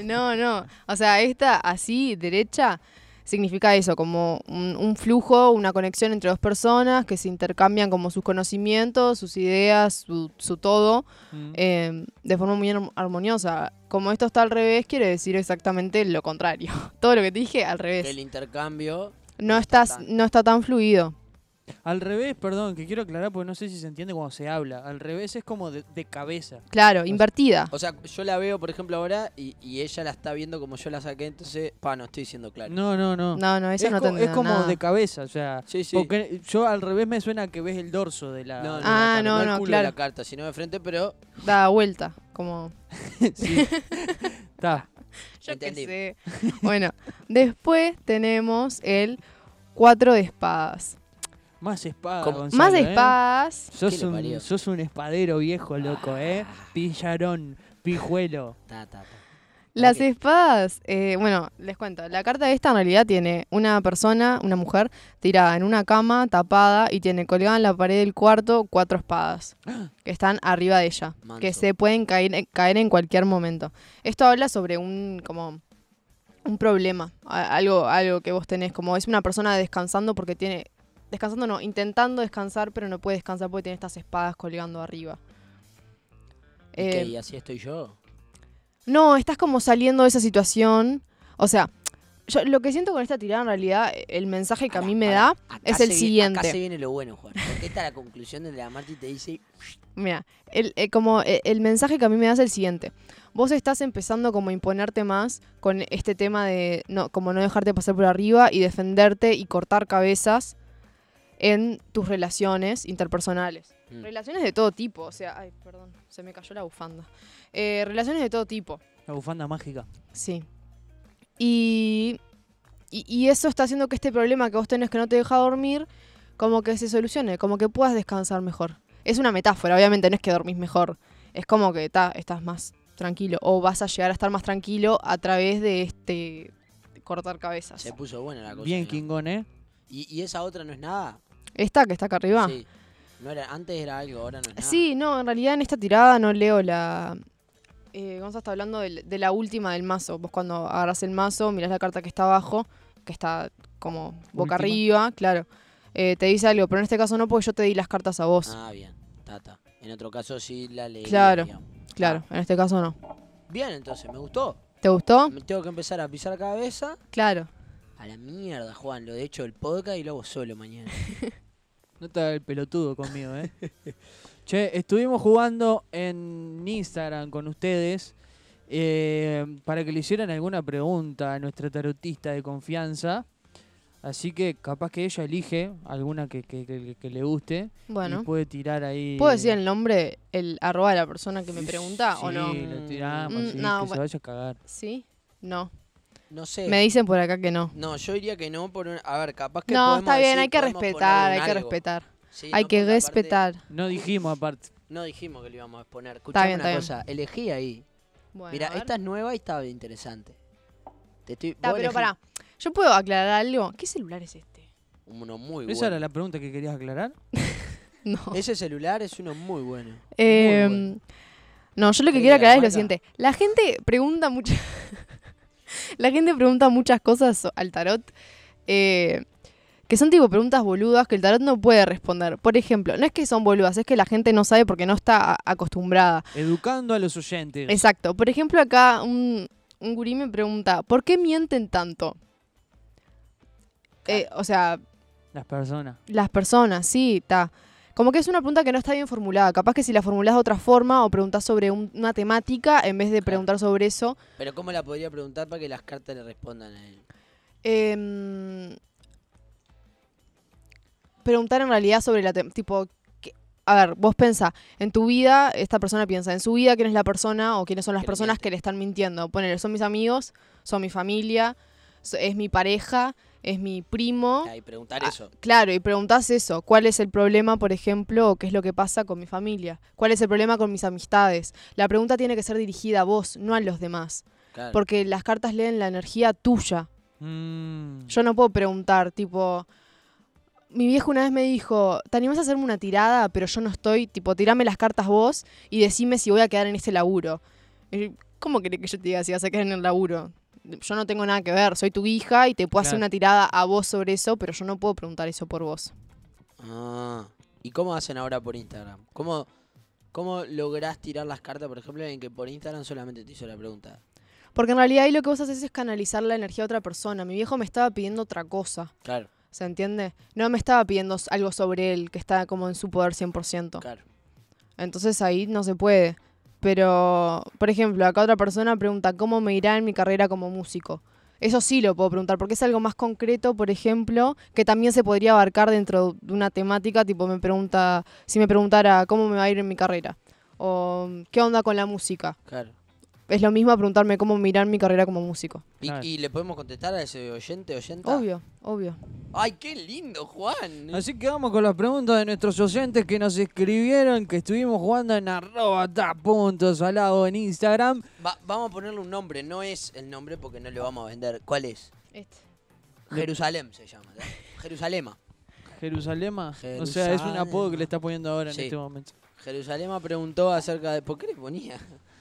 Speaker 6: No, no. O sea, esta así, derecha, significa eso, como un, un flujo, una conexión entre dos personas que se intercambian como sus conocimientos, sus ideas, su, su todo,
Speaker 4: Mm.
Speaker 6: eh, de forma muy arm- armoniosa. Como esto está al revés, quiere decir exactamente lo contrario. Todo lo que te dije al
Speaker 4: Que el
Speaker 6: revés.
Speaker 4: intercambio.
Speaker 6: No, estás, no está tan fluido.
Speaker 5: Al revés, perdón, que quiero aclarar porque no sé si se entiende cuando se habla. Al revés es como de, de cabeza.
Speaker 6: Claro, invertida.
Speaker 4: O sea, yo la veo, por ejemplo, ahora y, y ella la está viendo como yo la saqué, entonces, pa, no estoy diciendo claro.
Speaker 5: No, no, no.
Speaker 6: No, no, eso
Speaker 5: es,
Speaker 6: no
Speaker 5: co-
Speaker 6: tendrá
Speaker 5: es como
Speaker 6: nada.
Speaker 5: de cabeza, o sea.
Speaker 4: Sí, sí.
Speaker 5: Porque yo al revés me suena que ves el dorso de la.
Speaker 4: No, no, la
Speaker 6: Ah,
Speaker 4: carta,
Speaker 6: no,
Speaker 4: el
Speaker 6: no,
Speaker 4: culo de
Speaker 6: claro.
Speaker 4: la carta, sino de frente, pero
Speaker 6: Da vuelta, como...
Speaker 5: Sí. Está.
Speaker 6: Yo
Speaker 4: Entendí.
Speaker 6: qué sé. Bueno, después tenemos el cuatro de espadas.
Speaker 5: Más espada.
Speaker 4: Como-
Speaker 5: Gonzalo,
Speaker 6: Más
Speaker 5: ¿eh?
Speaker 6: espadas.
Speaker 5: Sos
Speaker 4: ¿Qué le parió? Ah.
Speaker 5: un, sos un espadero viejo, loco, ¿eh? Pillarón, pijuelo.
Speaker 4: ta, ta, ta.
Speaker 6: Las
Speaker 4: que-
Speaker 6: espadas, eh, bueno, les cuento. La carta esta en realidad tiene una persona, una mujer, tirada en una cama, tapada, y tiene colgada en la pared del cuarto cuatro espadas que están arriba de ella,
Speaker 4: Manso.
Speaker 6: que se pueden caer, eh, caer en cualquier momento. Esto habla sobre un, como, un problema, a- algo, algo que vos tenés, como es una persona descansando porque tiene, descansando no, intentando descansar, pero no puede descansar porque tiene estas espadas colgando arriba.
Speaker 4: ¿Y qué?
Speaker 6: Eh,
Speaker 4: ¿Y así estoy yo?
Speaker 6: no, estás como saliendo de esa situación. O sea, yo lo que siento con esta tirada en realidad, el mensaje que a mí me da
Speaker 4: Acá
Speaker 6: es
Speaker 4: se
Speaker 6: el
Speaker 4: vi- Acá se
Speaker 6: siguiente.
Speaker 4: viene lo bueno, Juan. Porque esta es la conclusión de la Marti te dice,
Speaker 6: Mira, el, eh, como eh, el mensaje que a mí me da es el siguiente. Vos estás empezando como a imponerte más con este tema de no, como no dejarte pasar por arriba y defenderte y cortar cabezas en tus relaciones interpersonales.
Speaker 4: Mm.
Speaker 6: Relaciones de todo tipo, o sea, ay, perdón, se me cayó la bufanda. Eh, relaciones de todo tipo.
Speaker 5: La bufanda mágica.
Speaker 6: Sí. Y, y, y eso está haciendo que este problema que vos tenés que no te deja dormir, como que se solucione, como que puedas descansar mejor. Es una metáfora, obviamente no es que dormís mejor, es como que ta, estás más tranquilo o vas a llegar a estar más tranquilo a través de este cortar cabezas.
Speaker 4: se puso buena la cosa.
Speaker 5: Bien,
Speaker 4: ¿no?
Speaker 5: Kingón, ¿eh?
Speaker 4: ¿Y, y esa otra no es nada?
Speaker 6: Esta que está acá arriba. Sí.
Speaker 4: Sí. No era, antes era algo, ahora no es nada.
Speaker 6: no, en realidad en esta tirada no leo la... Eh, Gonza está hablando del- de, la última del mazo. Vos cuando agarras el mazo, mirás la carta que está abajo, que está como
Speaker 5: Última.
Speaker 6: boca arriba, claro. Eh, te dice algo, pero en este caso no porque yo te di las cartas a vos.
Speaker 4: Ah, bien. Tata. En otro caso sí la leí.
Speaker 6: Claro. claro, en este caso no.
Speaker 4: Bien, entonces, me gustó.
Speaker 6: ¿Te gustó?
Speaker 4: Me tengo que empezar a pisar cabeza.
Speaker 6: Claro.
Speaker 4: A la mierda, Juan. Lo de hecho el podcast y lo hago solo mañana.
Speaker 5: No te hagas el pelotudo conmigo, ¿eh? che, estuvimos jugando en Instagram con ustedes eh, para que le hicieran alguna pregunta a nuestra tarotista de confianza. Así que capaz que ella elige alguna que, que- que- que le guste y
Speaker 6: Bueno.
Speaker 5: puede tirar ahí.
Speaker 6: ¿Puedo decir el nombre, el arroba de la persona que me pregunta o
Speaker 5: Sí,
Speaker 6: no?
Speaker 5: lo tiramos,
Speaker 6: Mm,
Speaker 5: sí,
Speaker 6: no,
Speaker 5: que se
Speaker 6: bueno.
Speaker 5: vaya a cagar.
Speaker 6: ¿Sí? No.
Speaker 4: No sé.
Speaker 6: Me dicen por acá que no.
Speaker 4: No, yo diría que no por un... A ver, capaz que
Speaker 6: No,
Speaker 4: podemos
Speaker 6: está bien,
Speaker 4: decir,
Speaker 6: hay que
Speaker 4: podemos
Speaker 6: respetar,
Speaker 4: ponerle un
Speaker 6: hay que
Speaker 4: algo.
Speaker 6: respetar.
Speaker 4: Sí,
Speaker 6: Hay
Speaker 4: no,
Speaker 6: que
Speaker 4: porque aparte
Speaker 6: respetar.
Speaker 5: No dijimos aparte.
Speaker 4: No dijimos que lo íbamos a exponer. Escuchame
Speaker 6: bien,
Speaker 4: una
Speaker 6: está bien.
Speaker 4: cosa. Elegí ahí.
Speaker 6: Bueno,
Speaker 4: Mira,
Speaker 6: a ver.
Speaker 4: esta es nueva y está interesante. Te estoy...
Speaker 6: Ta,
Speaker 4: vos
Speaker 6: pero
Speaker 4: elegí
Speaker 6: pará, yo puedo aclarar algo. ¿Qué celular es este?
Speaker 4: Uno muy bueno.
Speaker 5: ¿Esa era la pregunta que querías aclarar?
Speaker 6: No.
Speaker 4: Ese celular es uno muy bueno.
Speaker 6: Em,
Speaker 4: bueno.
Speaker 6: No, yo lo que
Speaker 4: ¿Querés
Speaker 6: quiero
Speaker 4: que la
Speaker 6: aclarar es lo
Speaker 4: marca?
Speaker 6: siguiente. La gente pregunta muchas. la gente pregunta muchas cosas so- al tarot. eh, que son tipo preguntas boludas que el tarot no puede responder. Por ejemplo, no es que son boludas, es que la gente no sabe porque no está a- acostumbrada.
Speaker 5: Educando a los oyentes.
Speaker 6: Exacto. Por ejemplo, acá un, un gurí me pregunta, ¿por qué mienten tanto? Eh, o sea,
Speaker 5: Las personas.
Speaker 6: Las personas, sí, está. Como que es una pregunta que no está bien formulada. Capaz que si la formulás de otra forma o preguntás sobre un- una temática en vez de preguntar sobre eso.
Speaker 4: Pero ¿cómo la podría preguntar para que las cartas le respondan a él?
Speaker 6: em, preguntar en realidad sobre la tem- tipo ¿qué- A ver, vos pensá, en tu vida, esta persona piensa, en su vida, ¿quién es la persona o quiénes son las
Speaker 4: Que le
Speaker 6: personas
Speaker 4: miente.
Speaker 6: que le están mintiendo? Ponele, son mis amigos, son mi familia, so- es mi pareja, es mi primo.
Speaker 4: Ahí, preguntar
Speaker 6: Ah,
Speaker 4: eso.
Speaker 6: Claro, y preguntás eso, ¿cuál es el problema, por ejemplo, o qué es lo que pasa con mi familia? ¿Cuál es el problema con mis amistades? La pregunta tiene que ser dirigida a vos, no a los demás,
Speaker 4: Claro.
Speaker 6: porque las cartas leen la energía tuya.
Speaker 5: Mm.
Speaker 6: Yo no puedo preguntar, tipo, mi viejo una vez me dijo, ¿te animás a hacerme una tirada, pero yo no estoy? Tipo, tirame las cartas vos y decime si voy a quedar en este laburo. Y yo, ¿Cómo querés que yo te diga si vas a quedar en el laburo? yo no tengo nada que ver, soy tu hija y te puedo hacer
Speaker 5: Claro.
Speaker 6: una tirada a vos sobre eso, pero yo no puedo preguntar eso por vos.
Speaker 4: Ah, ¿y cómo hacen ahora por Instagram? ¿Cómo, ¿Cómo lográs tirar las cartas, por ejemplo, en que por Instagram solamente te hizo la pregunta?
Speaker 6: Porque en realidad ahí lo que vos haces es canalizar la energía de otra persona. Mi viejo me estaba pidiendo otra cosa,
Speaker 4: Claro,
Speaker 6: ¿se entiende? No me estaba pidiendo s- algo sobre él que está como en su poder 100%.
Speaker 4: claro.
Speaker 6: Entonces ahí no se puede. Pero, por ejemplo, acá otra persona pregunta cómo me irá en mi carrera como músico. Eso sí lo puedo preguntar, porque es algo más concreto, por ejemplo, que también se podría abarcar dentro de una temática, tipo me pregunta, si me preguntara cómo me va a ir en mi carrera, o qué onda con la música.
Speaker 4: Claro.
Speaker 6: Es lo mismo a preguntarme cómo mirar mi carrera como músico.
Speaker 4: ¿Y,
Speaker 5: Claro.
Speaker 4: y le podemos contestar a ese oyente, oyenta?
Speaker 6: Obvio, obvio.
Speaker 4: ¡Ay, qué lindo, Juan!
Speaker 5: Así que vamos con las preguntas de nuestros oyentes que nos escribieron, que estuvimos jugando en arroba tapuntos al lado en Instagram.
Speaker 4: Va- vamos a ponerle un nombre, no es el nombre porque no le vamos a vender. ¿Cuál es?
Speaker 6: Este,
Speaker 4: Jerusalén se llama. ¿eh? Jerusalema.
Speaker 5: Jerusalema. O sea, es un apodo que le está poniendo ahora
Speaker 4: Sí.
Speaker 5: en este momento.
Speaker 4: Jerusalema preguntó acerca de... ¿Por qué le ponía?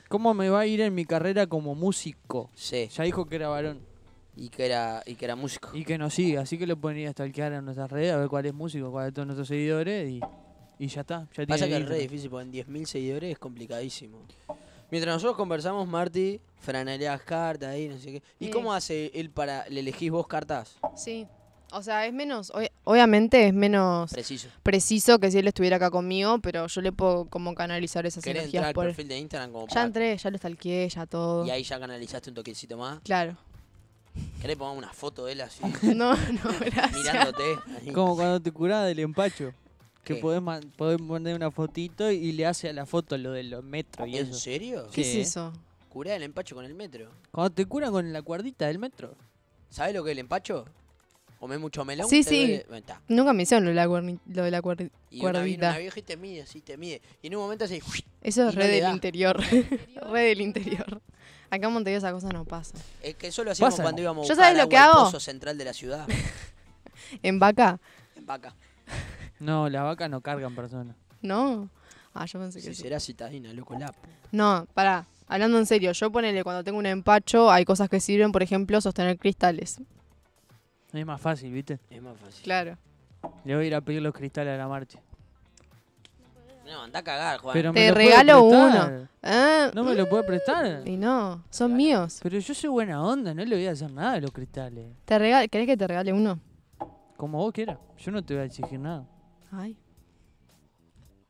Speaker 5: ¿Cómo me va a ir en mi carrera como músico?
Speaker 4: Sí,
Speaker 5: Ya dijo que era varón
Speaker 4: y que era, y que era músico.
Speaker 5: y que nos sigue, así que lo pueden ir a stalkear en nuestras redes a ver cuál es músico, cuál es todos nuestros seguidores y, y ya está. Ya
Speaker 4: Pasa
Speaker 5: tiene
Speaker 4: que es re
Speaker 5: Instagram.
Speaker 4: difícil, porque en 10.000 seguidores es complicadísimo. Mientras nosotros conversamos, Marty, franearías cartas ahí, no sé qué. ¿Y
Speaker 6: Sí.
Speaker 4: cómo hace él para... ¿Le elegís vos cartas?
Speaker 6: Sí. O sea, es menos, ob- obviamente es menos
Speaker 4: Preciso.
Speaker 6: preciso que si él estuviera acá conmigo, pero yo le puedo como canalizar esas
Speaker 4: ¿Querés
Speaker 6: energías
Speaker 4: entrar al
Speaker 6: por él.
Speaker 4: perfil de Instagram como
Speaker 6: Ya
Speaker 4: para-
Speaker 6: entré, ya lo stalkeé, ya todo.
Speaker 4: Y ahí ya canalizaste un toquecito más.
Speaker 6: Claro.
Speaker 4: ¿Querés poner una foto de él así,
Speaker 6: No, no, gracias.
Speaker 4: mirándote? Ahí.
Speaker 5: Como cuando te curás del empacho. Que
Speaker 4: ¿Qué?
Speaker 5: podés, man- podés poner una fotito y le hace a la foto lo de los metros y
Speaker 4: ¿En
Speaker 5: eso.
Speaker 4: serio?
Speaker 6: ¿Qué
Speaker 5: Sí.
Speaker 6: es eso?
Speaker 4: Curá el empacho con el metro.
Speaker 5: Cuando te curan con la cuerdita del metro.
Speaker 4: ¿Sabes lo que es el empacho? Comés mucho melón.
Speaker 6: Sí,
Speaker 4: te
Speaker 6: sí.
Speaker 4: duele- Bueno, está.
Speaker 6: Nunca me hicieron lo de la, cuerni- lo de la cuerni-
Speaker 4: Y una, viene
Speaker 6: cuerdita.
Speaker 4: una vieja y te mide, así te mide. Y en un momento así,
Speaker 6: Eso
Speaker 4: y
Speaker 6: es
Speaker 4: no
Speaker 6: re
Speaker 4: le
Speaker 6: del
Speaker 4: da.
Speaker 6: interior. re del interior. Acá en Montevideo esa cosa no pasa.
Speaker 4: es que eso lo hacíamos
Speaker 5: Pasa.
Speaker 4: cuando íbamos a
Speaker 6: ¿Yo
Speaker 4: buscar
Speaker 6: sabés lo
Speaker 4: agua
Speaker 6: que
Speaker 4: al
Speaker 6: hago?
Speaker 4: pozo central de la ciudad.
Speaker 6: ¿En vaca?
Speaker 4: En vaca.
Speaker 5: No, las vacas no cargan personas.
Speaker 6: No. Ah, yo pensé que
Speaker 4: Si
Speaker 6: sí.
Speaker 4: será citadina, loco, la pu-
Speaker 6: No, pará. Hablando en serio, yo ponele cuando tengo un empacho, hay cosas que sirven, por ejemplo, sostener cristales.
Speaker 5: Es más fácil, ¿viste?
Speaker 4: Es más fácil.
Speaker 6: Claro.
Speaker 5: Le voy a ir a pedir los cristales a la marcha.
Speaker 4: No, anda a cagar, Juan.
Speaker 5: Pero
Speaker 6: Te
Speaker 5: me lo puede
Speaker 6: regalo
Speaker 5: prestar.
Speaker 6: Ah,
Speaker 5: No me lo puede prestar.
Speaker 6: Y no, son míos.
Speaker 5: Pero yo soy buena onda, no le voy a hacer nada a los cristales.
Speaker 6: ¿Te regal ¿Querés que te regale uno?
Speaker 5: Como vos quieras. Yo no te voy a exigir nada.
Speaker 6: Ay.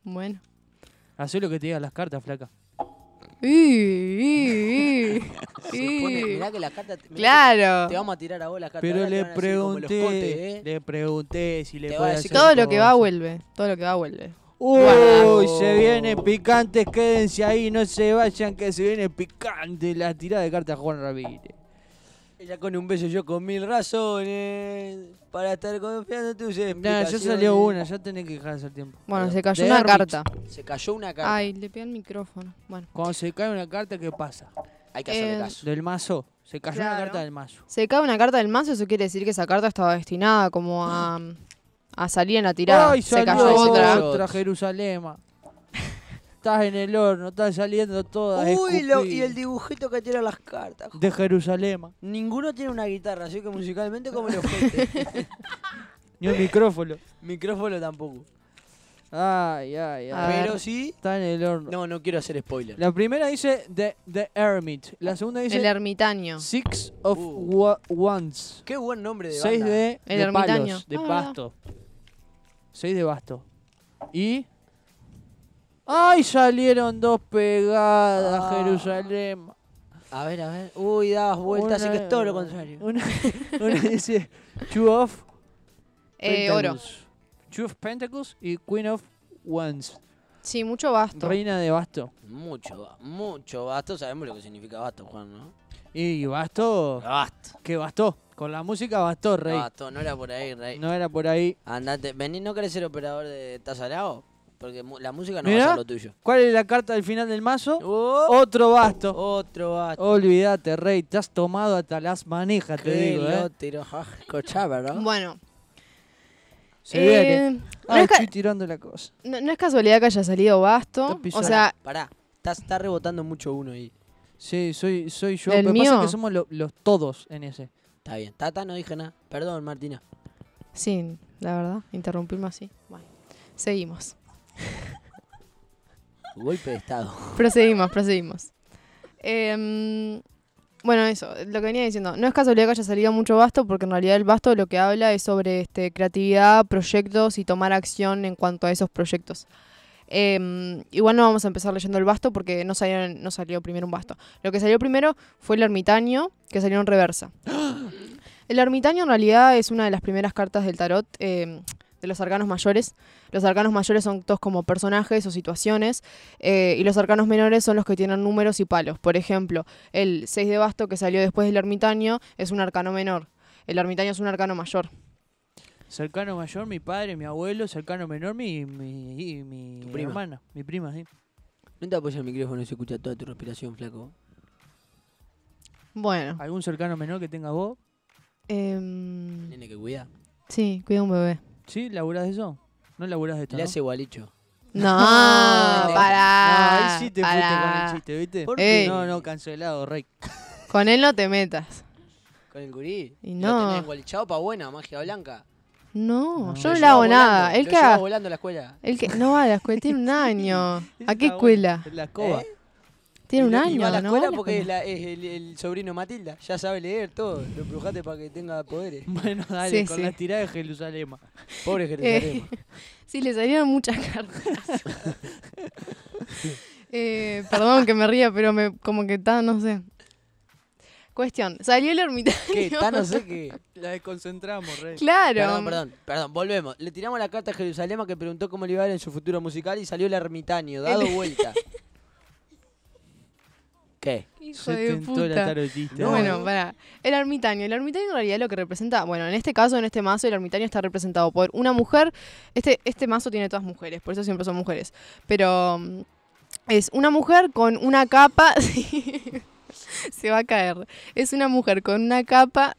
Speaker 6: Bueno.
Speaker 5: Hacé lo que te digan las cartas, flaca.
Speaker 6: Y- y-
Speaker 4: Se
Speaker 6: y-
Speaker 4: pone-
Speaker 6: y-
Speaker 4: mirá que las cartas... mirá que Te
Speaker 6: Claro.
Speaker 4: vamos a tirar a vos las cartas.
Speaker 5: Pero
Speaker 4: ahora, te
Speaker 5: le
Speaker 4: van a decir como los
Speaker 5: pregunté,
Speaker 4: cotes, ¿eh?
Speaker 5: le pregunté si le
Speaker 4: Te va
Speaker 5: podía
Speaker 4: a decir
Speaker 5: hacer
Speaker 6: Todo lo que va
Speaker 5: cosas.
Speaker 6: vuelve. Todo lo que va vuelve.
Speaker 5: Uy, se viene picante, quédense ahí, no se vayan, que se viene picante la tirada de cartas Juan Ramírez.
Speaker 4: Ella con un beso, yo con mil razones. Para estar confiando en tus
Speaker 5: Nah, ya
Speaker 4: explicaciones.
Speaker 5: salió una, ya tenés que dejar de hacer tiempo.
Speaker 6: Bueno,
Speaker 4: Bueno,
Speaker 6: se cayó
Speaker 5: de
Speaker 6: una
Speaker 5: Hermits.
Speaker 6: carta.
Speaker 4: Se cayó una carta.
Speaker 6: Ay, le pegué el micrófono. Bueno.
Speaker 5: Cuando se cae una carta, ¿qué pasa?
Speaker 4: Hay que hacerle
Speaker 6: Eh,
Speaker 4: caso.
Speaker 5: Del mazo. Se cayó una
Speaker 6: Claro.
Speaker 5: carta del mazo.
Speaker 6: Se cae una carta del mazo, eso quiere decir que esa carta estaba destinada como a, a salir en la tirada.
Speaker 5: ¡Ay,
Speaker 6: se
Speaker 5: salió
Speaker 6: cayó otra.
Speaker 5: otra Jerusalema! Estás en el horno, están saliendo todas.
Speaker 4: Uy, lo- y
Speaker 5: escupidas
Speaker 4: el dibujito que tiran las cartas.
Speaker 5: De Jerusalema.
Speaker 4: Ninguno tiene una guitarra, así que musicalmente como los gente.
Speaker 5: Ni un micrófono.
Speaker 4: Micrófono tampoco.
Speaker 5: Ay, ay,
Speaker 6: A
Speaker 5: ay.
Speaker 6: ver.
Speaker 4: Pero sí.
Speaker 5: Está en el horno.
Speaker 4: No, no quiero hacer spoiler.
Speaker 5: La primera dice The, the Hermit. La segunda dice
Speaker 6: El ermitaño.
Speaker 5: Six of
Speaker 4: Uh.
Speaker 5: Wa- Wands.
Speaker 4: Qué buen nombre de
Speaker 5: Seis
Speaker 4: banda.
Speaker 5: de,
Speaker 6: El
Speaker 5: de
Speaker 6: ermitaño.
Speaker 5: palos, de
Speaker 6: Ah, verdad.
Speaker 5: basto. Seis de basto. Y... ¡Ay! Salieron dos pegadas,
Speaker 4: Ah.
Speaker 5: Jerusalén.
Speaker 4: A ver, a ver. Uy, dabas vueltas, así
Speaker 5: Una-
Speaker 4: que es todo lo contrario.
Speaker 5: Una, una dice Two of
Speaker 6: Eh, oro.
Speaker 5: Pentacles. Two of Pentacles y Queen of Wands.
Speaker 6: Sí, mucho basto.
Speaker 5: Reina de basto.
Speaker 4: Mucho, mucho basto. Sabemos lo que significa basto, Juan, ¿no?
Speaker 5: Y basto...
Speaker 4: Basto.
Speaker 5: Que bastó. Con la música bastó, Rey.
Speaker 4: Basto, no era por ahí, rey.
Speaker 5: No era por ahí.
Speaker 4: Andate, vení, ¿no querés ser operador de Tazarao? Porque mu- la música no va
Speaker 5: Mirá.
Speaker 4: a ser lo tuyo.
Speaker 5: ¿Cuál es la carta del final del mazo?
Speaker 4: Oh,
Speaker 5: Otro basto.
Speaker 4: otro basto.
Speaker 5: Oh, Olvídate, Rey. Te has tomado hasta las manejas, te
Speaker 4: Qué
Speaker 5: digo,
Speaker 4: lo
Speaker 5: ¿eh?
Speaker 4: tiró, ja, cochaba, ¿no?
Speaker 6: Bueno.
Speaker 5: Se
Speaker 6: eh,
Speaker 5: viene.
Speaker 6: no,
Speaker 5: Ay,
Speaker 6: es ca-
Speaker 5: estoy tirando la cosa.
Speaker 6: no- no es casualidad que haya salido basto.
Speaker 5: Está
Speaker 6: O
Speaker 5: pisado.
Speaker 6: sea,
Speaker 4: Pará, está, está rebotando mucho uno ahí.
Speaker 5: Sí, soy, soy yo.
Speaker 6: ¿Del
Speaker 5: Pero pasa
Speaker 6: mío?
Speaker 5: que somos lo- los todos en ese.
Speaker 4: Está bien. Tata no dije nada. Perdón, Martina.
Speaker 6: Sí, la verdad, interrumpirme así. Bueno, seguimos.
Speaker 4: Golpe de estado.
Speaker 6: Proseguimos, proseguimos. Em, bueno, eso, lo que venía diciendo. No es casualidad que haya salido mucho Basto, porque en realidad el Basto lo que habla es sobre este, creatividad, proyectos y tomar acción en cuanto a esos proyectos. Em, igual no vamos a empezar leyendo el Basto porque no salió, no salió primero un Basto. Lo que salió primero fue el Ermitaño, que salió en reversa. El ermitaño en realidad es una de las primeras cartas del tarot eh, de los arcanos mayores. Los arcanos mayores son todos como personajes o situaciones eh, y los arcanos menores son los que tienen números y palos. Por ejemplo, el 6 de basto que salió después del ermitaño es un arcano menor. El ermitaño es un arcano mayor.
Speaker 5: Cercano mayor, mi padre, mi abuelo. Cercano menor, mi, mi, y mi
Speaker 4: Tu prima.
Speaker 5: hermana. Mi prima, sí.
Speaker 4: No te apoyes el micrófono y se escucha toda tu respiración, flaco.
Speaker 6: Bueno,
Speaker 5: ¿Algún cercano menor que tengas vos?
Speaker 6: em,
Speaker 4: Tiene que cuidar.
Speaker 6: sí, cuida un bebé.
Speaker 5: ¿Sí? ¿Laburás de eso? No laburás de esto,
Speaker 4: Le
Speaker 5: ¿no?
Speaker 4: hace gualicho.
Speaker 6: No,
Speaker 5: No,
Speaker 6: pará.
Speaker 5: ahí sí te fuiste
Speaker 6: pará.
Speaker 5: con el chiste, ¿viste?
Speaker 4: ¿Por
Speaker 6: qué?
Speaker 5: No, no, cancelado, Rey.
Speaker 6: Con él no te metas.
Speaker 4: Con el gurí.
Speaker 6: Y
Speaker 4: Lo
Speaker 6: no.
Speaker 4: tenés gualichado pa' buena, magia blanca.
Speaker 6: No,
Speaker 5: No.
Speaker 4: Lo
Speaker 6: yo no le
Speaker 4: llevaba
Speaker 6: hago
Speaker 4: volando,
Speaker 6: nada.
Speaker 4: lo
Speaker 6: Él que
Speaker 4: llevaba
Speaker 6: haga-
Speaker 4: volando a la escuela.
Speaker 6: El que no va a la escuela tiene un año. ¿A qué
Speaker 5: Está bueno,
Speaker 6: escuela?
Speaker 5: La escoba.
Speaker 6: ¿Eh? Tiene
Speaker 4: Y
Speaker 6: un
Speaker 4: lo-
Speaker 6: año.
Speaker 4: Y va a la
Speaker 6: no
Speaker 4: escuela
Speaker 6: va a la
Speaker 4: porque
Speaker 6: escuela.
Speaker 4: la- es el, el sobrino Matilda. Ya sabe leer todo. Lo embrujaste para que tenga poderes.
Speaker 5: Bueno, dale,
Speaker 6: Sí,
Speaker 5: con
Speaker 6: sí.
Speaker 5: la tirada de Jerusalén.
Speaker 4: Pobre
Speaker 6: Eh,
Speaker 4: Jerusalén.
Speaker 6: sí, le salieron muchas cartas. Eh, perdón que me ría, pero me, como que está, no sé. Cuestión, salió el ermitaño.
Speaker 4: ¿Qué? Está no sé qué.
Speaker 5: La desconcentramos, Rey.
Speaker 6: Claro.
Speaker 4: Perdón, perdón, perdón, volvemos. Le tiramos la carta a Jerusalén que preguntó cómo le iba a ir en su futuro musical y salió el ermitaño, dado vuelta. ¿Qué?
Speaker 6: Hijo
Speaker 5: Se
Speaker 6: de
Speaker 5: tentó la
Speaker 6: puta.
Speaker 5: tarotista.
Speaker 4: No,
Speaker 6: bueno, para. El ermitaño. El ermitaño en realidad lo que representa, bueno, en este caso, en este mazo, el ermitaño está representado por una mujer. Este, este mazo tiene todas mujeres, por eso siempre son mujeres. Pero mm, es una mujer con una capa. sí, Se va a caer. Es una mujer con una capa.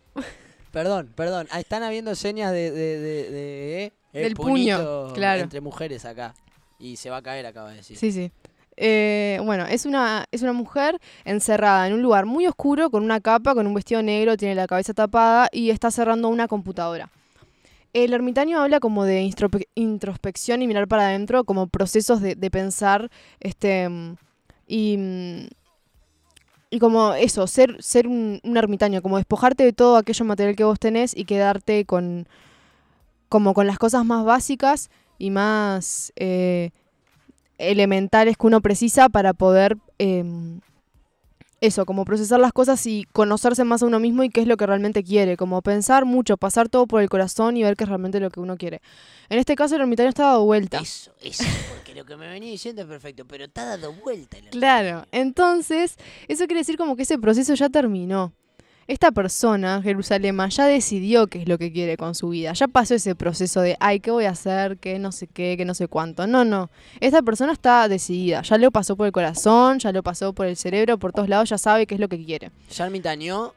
Speaker 4: Perdón, perdón. ah, Están habiendo señas de. de, de- de- eh, eh,
Speaker 6: Del puño,
Speaker 4: puñito
Speaker 6: claro.
Speaker 4: Entre mujeres acá. Y se va a caer, acaba de decir.
Speaker 6: Sí, sí. Eh, bueno, es una, es una mujer encerrada en un lugar muy oscuro, con una capa, con un vestido negro, tiene la cabeza tapada y está cerrando una computadora. El ermitaño habla como de instrope- introspección y mirar para adentro, como procesos de, de pensar este, mm, y, mm, y como eso, ser, ser un, un ermitaño, como despojarte de todo aquello material que vos tenés y quedarte con, como con las cosas más básicas y más... eh, elementales que uno precisa para poder eh, eso, como procesar las cosas y conocerse más a uno mismo y qué es lo que realmente quiere, como pensar mucho, pasar todo por el corazón y ver qué es realmente lo que uno quiere. En este caso el ermitaño está dado vuelta.
Speaker 4: Eso, eso. Porque lo que me venía diciendo es perfecto, pero está dado vuelta. el
Speaker 6: Claro, entonces eso quiere decir como que ese proceso ya terminó. Esta persona, Jerusalema, ya decidió qué es lo que quiere con su vida. Ya pasó ese proceso de, ay, ¿qué voy a hacer? ¿Qué no sé qué? ¿Qué no sé cuánto? No, no. Esta persona está decidida. Ya lo pasó por el corazón, ya lo pasó por el cerebro, por todos lados, ya sabe qué es lo que quiere.
Speaker 4: Ya ermitañó.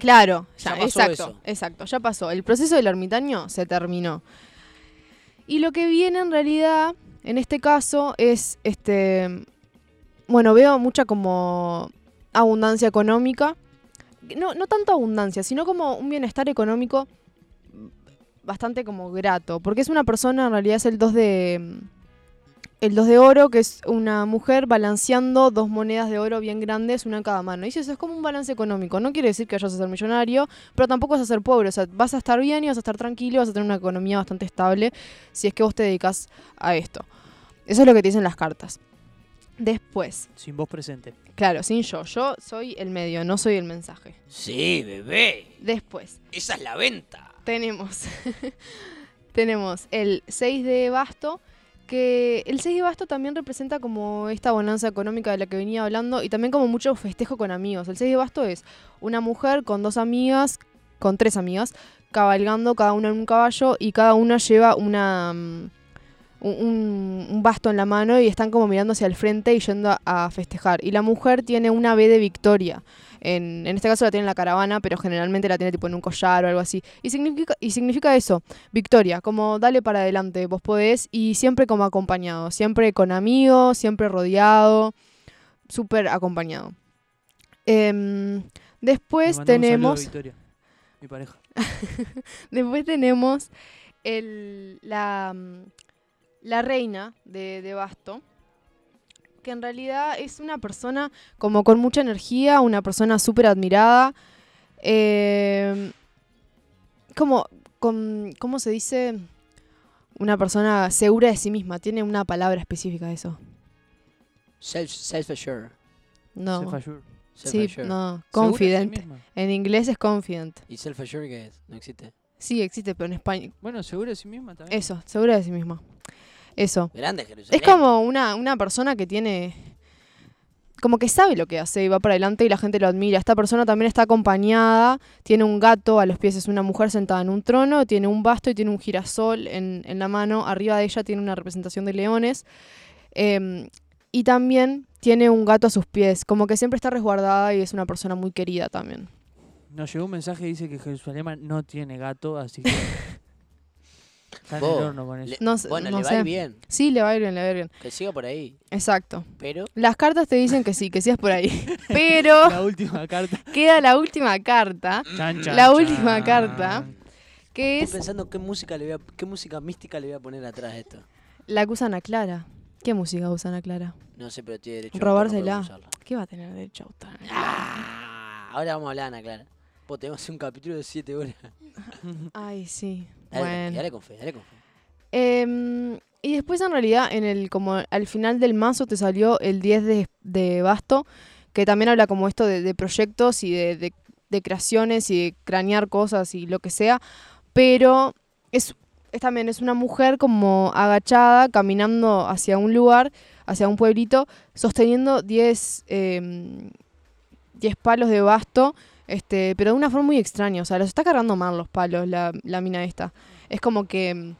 Speaker 6: Claro,
Speaker 4: Ya
Speaker 6: ya,
Speaker 4: pasó
Speaker 6: exacto,
Speaker 4: eso.
Speaker 6: exacto, ya pasó. El proceso del ermitaño se terminó. Y lo que viene en realidad, en este caso, es este. Bueno, veo mucha como abundancia económica. No, no tanto abundancia, sino como un bienestar económico bastante como grato. Porque es una persona, en realidad es el 2 de. El 2 de oro, que es una mujer balanceando dos monedas de oro bien grandes, una en cada mano. Y eso es como un balance económico. No quiere decir que vayas a ser millonario, pero tampoco vas a ser pobre. O sea, vas a estar bien y vas a estar tranquilo, vas a tener una economía bastante estable si es que vos te dedicas a esto. Eso es lo que te dicen las cartas. Después,
Speaker 5: Sin voz presente.
Speaker 6: claro, sin yo. Yo soy el medio, no soy el mensaje.
Speaker 4: Sí, bebé.
Speaker 6: Después,
Speaker 4: Esa es la venta.
Speaker 6: tenemos. tenemos el 6 de basto. Que el 6 de basto también representa como esta bonanza económica de la que venía hablando y también como mucho festejo con amigos. El 6 de basto es una mujer con dos amigas, con tres amigas, cabalgando cada una en un caballo y cada una lleva una mm, un, un- un basto en la mano y están como mirando hacia el frente y yendo a, a festejar. Y la mujer tiene una B de victoria. En, en este caso la tiene en la caravana, pero generalmente la tiene tipo en un collar o algo así. Y significa, y significa eso, victoria, como dale para adelante, vos podés, y siempre como acompañado, siempre con amigos, siempre rodeado, súper acompañado. Em,
Speaker 5: Le mandamos
Speaker 6: después
Speaker 5: un saludo a
Speaker 6: tenemos.
Speaker 5: Victoria, mi pareja.
Speaker 6: Después tenemos el- la, mm, la reina de, de Basto, que en realidad es una persona como con mucha energía, una persona súper admirada, eh, como, con, ¿cómo se dice? Una persona segura de sí misma, tiene una palabra específica de eso.
Speaker 4: Self, self assured.
Speaker 6: No.
Speaker 5: Se falló.
Speaker 6: Sí,
Speaker 4: Self-assured.
Speaker 5: ¿Segura
Speaker 6: no,
Speaker 5: de sí
Speaker 6: confident.
Speaker 5: misma?
Speaker 6: En inglés es confident.
Speaker 4: ¿Y self assured qué es? No existe.
Speaker 6: Sí, existe, pero en español.
Speaker 5: Bueno, seguro de sí misma también.
Speaker 6: Eso, segura de sí misma. Eso.
Speaker 4: Grande
Speaker 6: Es
Speaker 4: Jerusalén.
Speaker 6: como una, una persona que tiene. Como que sabe lo que hace y va para adelante y la gente lo admira. Esta persona también está acompañada, tiene un gato, a los pies es una mujer sentada en un trono, tiene un basto y tiene un girasol en, en la mano. Arriba de ella tiene una representación de leones. Em, y también tiene un gato a sus pies, como que siempre está resguardada y es una persona muy querida también.
Speaker 5: Nos llegó un mensaje que dice que Jerusalema no tiene gato, así que. Está en el
Speaker 4: Vos,
Speaker 5: horno con eso.
Speaker 4: Le-
Speaker 6: No sé-
Speaker 4: bueno,
Speaker 6: no
Speaker 4: le va a ir
Speaker 6: sé.
Speaker 4: bien.
Speaker 6: Sí, le va a ir bien, le va a ir bien.
Speaker 4: Que siga por ahí.
Speaker 6: Exacto.
Speaker 4: Pero
Speaker 6: Las cartas te dicen que sí, que sí es por ahí. Pero
Speaker 5: La última carta.
Speaker 6: queda la última carta.
Speaker 5: Chan, chan,
Speaker 6: La última
Speaker 5: chan.
Speaker 6: carta, que
Speaker 4: estoy
Speaker 6: es
Speaker 4: pensando qué música, le voy a- qué música mística le voy a poner atrás de esto.
Speaker 6: la que usan a Clara. ¿Qué música usan a Clara?
Speaker 4: No sé, pero tiene derecho. a autor, no
Speaker 6: Robársela.
Speaker 4: podemos usarla.
Speaker 6: ¿Qué va a tener derecho a usar?
Speaker 4: Ah, ahora vamos a hablar, Ana Clara. Vos tenemos un capítulo de 7 horas.
Speaker 6: Ay, sí.
Speaker 4: Dale,
Speaker 6: bueno.
Speaker 4: dale con fe, dale con fe.
Speaker 6: Em, y después, en realidad, en el, como al final del mazo te salió el 10 de, de basto, que también habla como esto de, de proyectos y de, de- de creaciones y de cranear cosas y lo que sea. Pero es, es también es una mujer como agachada, caminando hacia un lugar, hacia un pueblito, sosteniendo 10 em, 10 palos de basto, este, pero de una forma muy extraña. O sea, los está cargando mal los palos, la, la mina esta. Es como que. em,